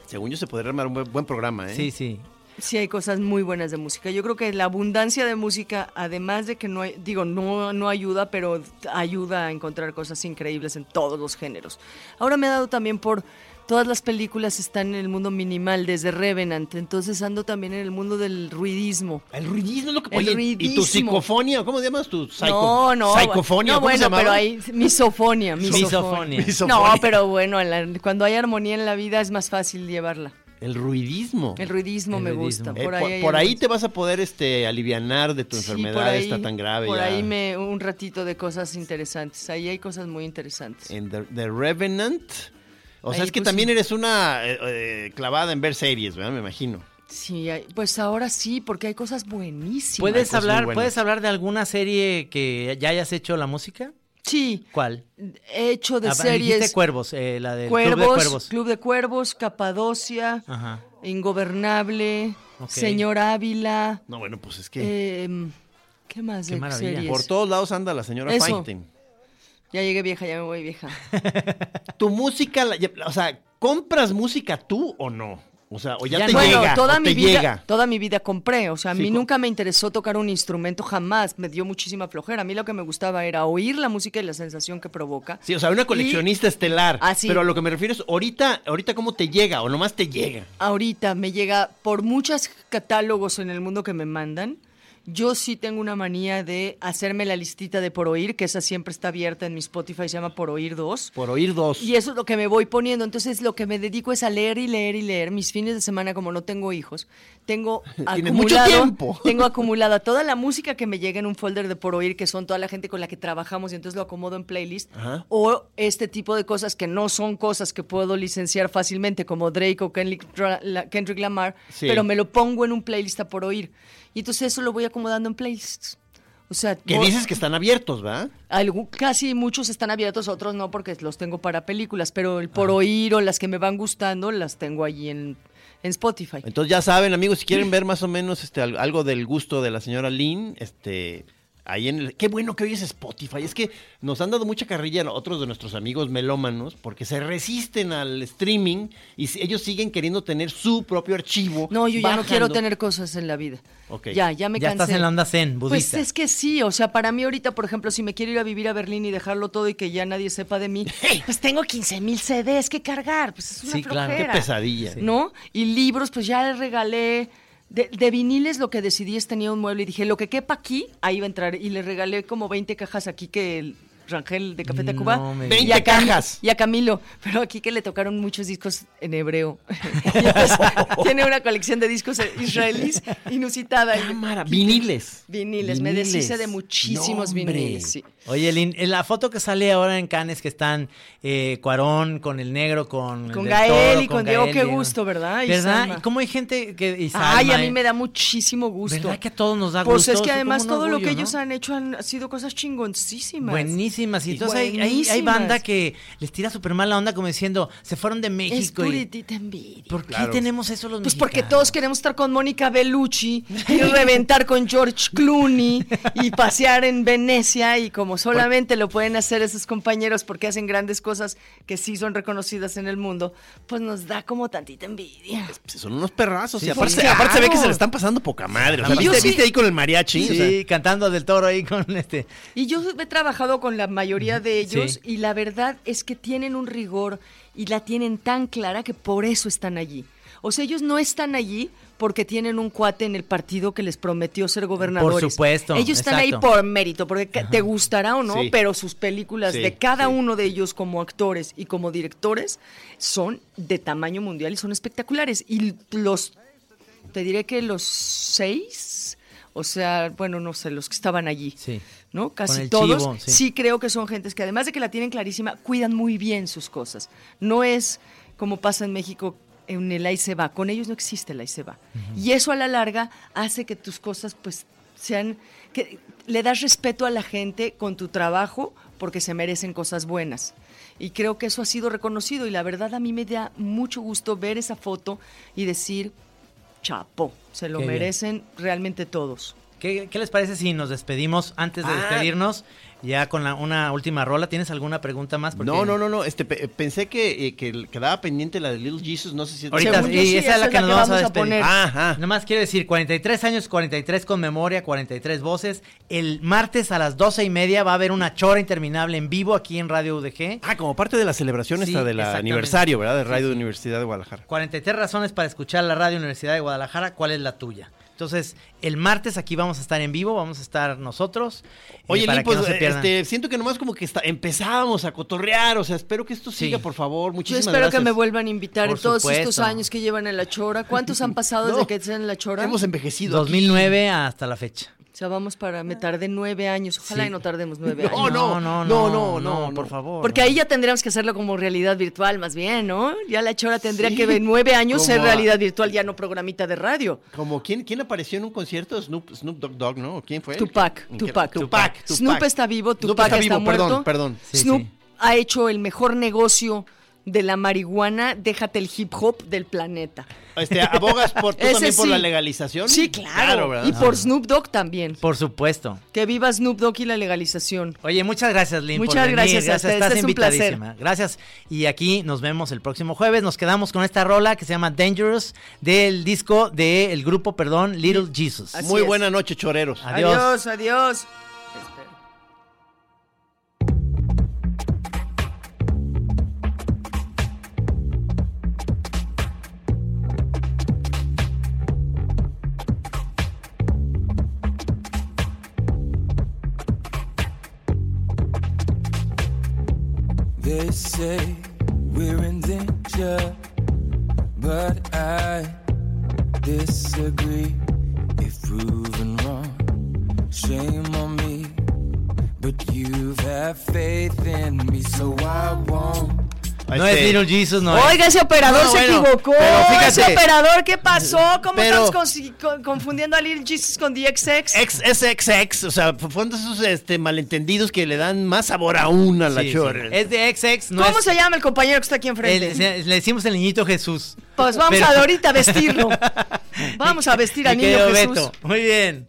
Según yo se podría armar un buen, buen programa, ¿eh? Sí, sí. Sí hay cosas muy buenas de música. Yo creo que la abundancia de música, además de que no hay- digo, no, no ayuda, pero ayuda a encontrar cosas increíbles en todos los géneros. Ahora me ha dado también por todas las películas están en el mundo minimal desde Revenant, entonces ando también en el mundo del ruidismo. El ruidismo es lo que El Oye, ¿Y tu ruidismo. psicofonía? ¿Cómo te llamas tu psico- no, no. psicofonía? No, ¿Cómo se bueno, llamaba? pero hay misofonia, misofonia. Misofonia. Misofonía. No, pero bueno, la- cuando hay armonía en la vida es más fácil llevarla. El ruidismo. El ruidismo El me ruidismo. gusta. Eh, por ahí, hay algo. te vas a poder este, alivianar de tu Sí, enfermedad por ahí- esta tan grave. Por ya. ahí me un ratito de cosas interesantes. Ahí hay cosas muy interesantes. Eh. En The, The Revenant. O Ahí pues, sea, es que puse- también eres una eh, eh, clavada en ver series, ¿verdad? Me imagino. Sí, hay- pues ahora sí, porque hay cosas buenísimas. ¿Puedes cosas muy hablar, buenas. ¿Puedes hablar de alguna serie que ya hayas hecho la música? Sí, ¿Cuál? he hecho de Ah, series Dijiste Cuervos, eh, la del Club de Cuervos, Cuervos. Club de Cuervos, Capadocia, Ajá. Ingobernable, Ok. Señor Ávila. No, bueno, pues es que em, ¿Qué más Qué de maravilla. series? por todos lados anda la señora Eso. Feinstein. Ya llegué vieja, ya me voy vieja. Tu música, la- ya- o sea, ¿compras música tú o no? O sea, o ya, te bueno, llega. toda o mi te vida, llega. toda mi vida compré, o sea, a Sí, mí co- nunca me interesó tocar un instrumento jamás, me dio muchísima flojera. A mí lo que me gustaba era oír la música y la sensación que provoca. Sí, o sea, una coleccionista estelar. Ah, sí. Pero a lo que me refiero es ahorita, ahorita cómo te llega o nomás te llega. Ahorita me llega por muchos catálogos en el mundo que me mandan. Yo sí tengo una manía de hacerme la listita de por oír, que esa siempre está abierta en mi Spotify, se llama Por oír 2. Por oír dos. Y eso es lo que me voy poniendo. Entonces, lo que me dedico es a leer y leer y leer. Mis fines de semana, como no tengo hijos, [laughs] tengo Tienes mucho acumulado- tiempo. [laughs] Tengo acumulada toda la música que me llega en un folder de por oír, que son toda la gente con la que trabajamos, y entonces lo acomodo en playlist. Ajá. O este tipo de cosas que no son cosas que puedo licenciar fácilmente, como Drake o Kendrick, Ra- la- Kendrick Lamar, Sí. pero me lo pongo en un playlist a por oír. Y entonces eso lo voy acomodando en playlists. O sea, Que voy- dices que están abiertos, ¿verdad? Algu- casi muchos están abiertos, otros no, porque los tengo para películas, pero el por oír o las que me van gustando las tengo allí en, en Spotify. Entonces ya saben, amigos, si quieren ver más o menos este, al- algo del gusto de la señora Lynn, este, ahí en el... Qué bueno que hoy es Spotify. Es que nos han dado mucha carrilla a otros de nuestros amigos melómanos porque se resisten al streaming y si- ellos siguen queriendo tener su propio archivo. No, yo ya no bajando. quiero tener cosas en la vida. Ok. Ya, ya me Ya cansé. estás en la onda zen, budista. Pues es que sí, o sea, para mí ahorita, por ejemplo, si me quiero ir a vivir a Berlín y dejarlo todo y que ya nadie sepa de mí, pues tengo 15 mil CDs que cargar, pues es una Sí, claro. Qué Qué flojera. pesadilla. ¿no? Y libros, pues ya les regalé. De, de viniles lo que decidí es tenía un mueble y dije, lo que quepa aquí, ahí va a entrar. Y le regalé como 20 cajas aquí que el Rangel de Café Tacuba. No me y digas. a Cam- cajas. Y a Camilo. Pero aquí que le tocaron muchos discos en hebreo. [laughs] Y [laughs] entonces, tiene una colección de discos israelíes inusitada. Cámara, Ah, viniles. Viniles, me deshice de muchísimos No, hombre. viniles. sí. Oye, Lin, en la foto que sale ahora en Cannes que están eh, Cuarón con el negro, con el Con del Gael Toro, y con Diego, Gael, qué ¿no? gusto, ¿verdad? Y ¿Verdad? Salma. ¿Y cómo hay gente que... y Ay, Salma, a mí eh? me da muchísimo gusto. ¿Verdad que a todos nos da Pues gusto? es que Es además como un todo lo que orgullo, ellos ¿no? han hecho han ha sido cosas chingoncísimas. Buenísimas. Y entonces hay- Hay, hay, Buenísimas. banda que les tira súper mala onda como diciendo, se fueron de Es México. y- puritita envidia. ¿Por qué Claro. tenemos eso los Pues mexicanos? porque todos queremos estar con Mónica Bellucci y reventar con George Clooney y pasear en Venecia y como solamente lo pueden hacer esos compañeros porque hacen grandes cosas que sí son reconocidas en el mundo, pues nos da como tantita envidia. Pues son unos perrazos. Sí, y aparte, pues, claro. aparte se ve que se le están pasando poca madre. O sea, Y yo ¿viste, sí- viste ahí con el mariachi? Sí, O sea, cantando del toro ahí con este... Y yo he trabajado con la mayoría de ellos Sí. y la verdad es que tienen un rigor y la tienen tan clara que por eso están allí. O sea, ellos no están allí porque tienen un cuate en el partido que les prometió ser gobernadores. supuesto, Ellos están ahí exacto. por mérito, porque ca- te gustará o no, Sí. pero sus películas Sí, de cada sí. uno de ellos como actores y como directores son de tamaño mundial y son espectaculares. Y los te diré que los seis o sea, bueno, no sé, los que estaban allí, Sí. ¿no? Con Casi el todos. chivo, sí. sí. creo que son gentes que además de que la tienen clarísima, cuidan muy bien sus cosas. No es como pasa en México en el ahí se va, con ellos no existe el ahí se va. Y eso a la larga hace que tus cosas pues sean que le das respeto a la gente con tu trabajo porque se merecen cosas buenas. Y creo que eso ha sido reconocido y la verdad a mí me da mucho gusto ver esa foto y decir, chapo, se lo Qué bien. merecen realmente todos. ¿Qué, qué les parece si nos despedimos antes de Ah. despedirnos? Ya con la, una última rola. ¿Tienes alguna pregunta más? Porque- No, no, no, no. Este, pe- pensé que eh, que quedaba pendiente la de Little Jesus. No sé si Ahorita, Según y yo sí, esa es la que nos vamos, a poner. despedir. Ajá. Nada más quiero decir, 43 años, 43 con memoria, 43 voces. El martes a las 12 y media va a haber una chora interminable en vivo aquí en Radio UDG. Ah, como parte de la celebración Sí, esta del exactamente. aniversario, ¿verdad? De Radio Sí, sí. Universidad de Guadalajara. 43 razones para escuchar la Radio Universidad de Guadalajara. ¿Cuál es la tuya? Entonces, el martes aquí vamos a estar en vivo, vamos a estar nosotros. eh, Oye, para Lin, que pues, no se eh, pierdan. este, siento que nomás como que está, empezábamos a cotorrear. O sea, espero que esto Sí. siga, por favor. Yo Muchísimas Pues espero que gracias. me vuelvan a invitar Por en todos estos supuesto. años que llevan en la chora. ¿Cuántos han pasado [laughs] No, desde que están en la chora? Hemos envejecido. aquí. 2009 hasta la fecha. O sea, vamos para, me tardé nueve años. Ojalá Sí. y no [laughs] tardemos nueve No, años. Oh, no, no, no, no, no, por favor. Porque ahí ya tendríamos que hacerlo como realidad virtual, más bien, ¿no? Ya la chora tendría Sí. que en nueve años ser Como a- realidad virtual, ya no programita de radio. Como quién, quién apareció en un concierto, Snoop, Snoop Dogg Dogg, ¿no? ¿Quién fue? Tupac, ¿Quién? Tupac. Tupac, Tupac. Snoop está vivo, Snoop Tupac está, vivo, muerto. Perdón, perdón. Sí, Snoop sí. ha hecho el mejor negocio de la marihuana, déjate el hip hop del planeta. Este, abogas por, tú [laughs] Ese también por sí. la legalización. Sí, claro. ¿verdad? y por Snoop Dogg también. Por supuesto. Que viva Snoop Dogg y la legalización. Oye, muchas gracias, Lynn. Muchas gracias a ustedes, Estás es un placer. invitadísima. Gracias. Y aquí nos vemos el próximo jueves. Nos quedamos con esta rola que se llama Dangerous del disco del grupo, perdón, Little Jesus. Así Muy es. buena noche, choreros. Adiós. adiós. adiós. They say we're in danger, but I disagree. If proven wrong, shame on me. But you've had faith in me, so I won't. No Este, es Little Jesus, no es. Oiga, ese operador No, se bueno, equivocó. pero fíjate. ese operador, ¿qué pasó? ¿Cómo Pero- estamos consi- con- confundiendo a Little Jesus con DXX? Ex, es ex, ex. O sea, fueron de esos este, malentendidos que le dan más sabor aún a la Sí, sí. chore. Es de XX, no ¿Cómo es- se llama el compañero que está aquí enfrente? el- se- le decimos el niñito Jesús. pues vamos Pero- a [laughs] ahorita a vestirlo. Vamos a vestir al Mi niño querido Jesús. Beto. Muy bien.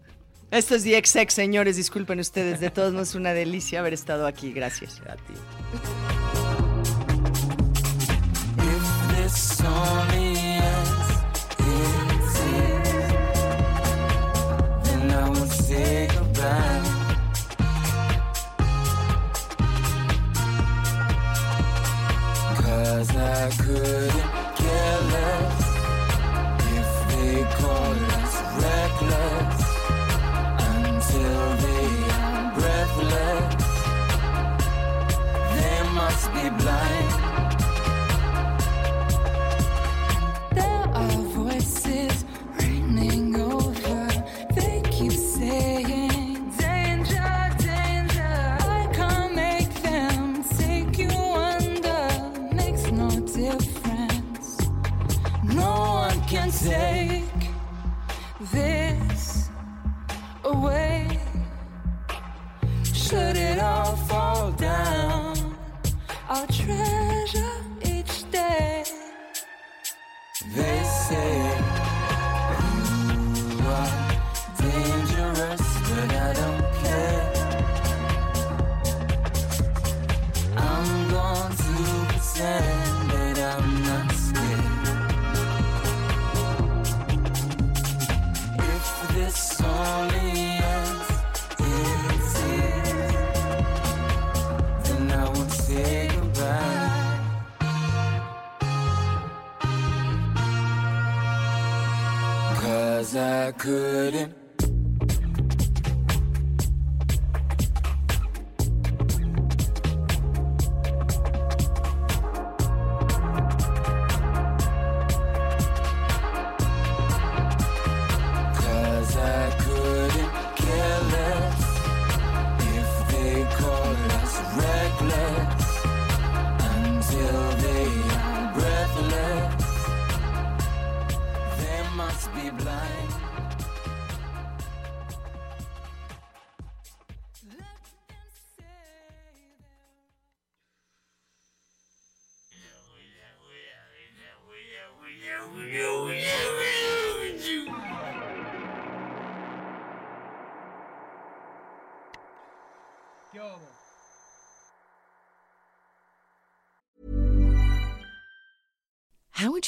Esto es DXX, señores. Disculpen ustedes. De todos modos, una delicia haber estado aquí. Gracias. If this only ends in tears, then I won't say goodbye. Cause I couldn't care less if they call us reckless until they are breathless. They must be blind. There are voices running over. They keep saying, Danger, danger. I can't make them take you under. Makes no difference. No one can take this away. Should it all fall down, I'll treasure each day. They say you are dangerous, but I don't care. I'm going to pretend that I'm not scared. If this only ends in tears, then I won't say goodbye. Cause I couldn't. Cause I couldn't. How would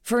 For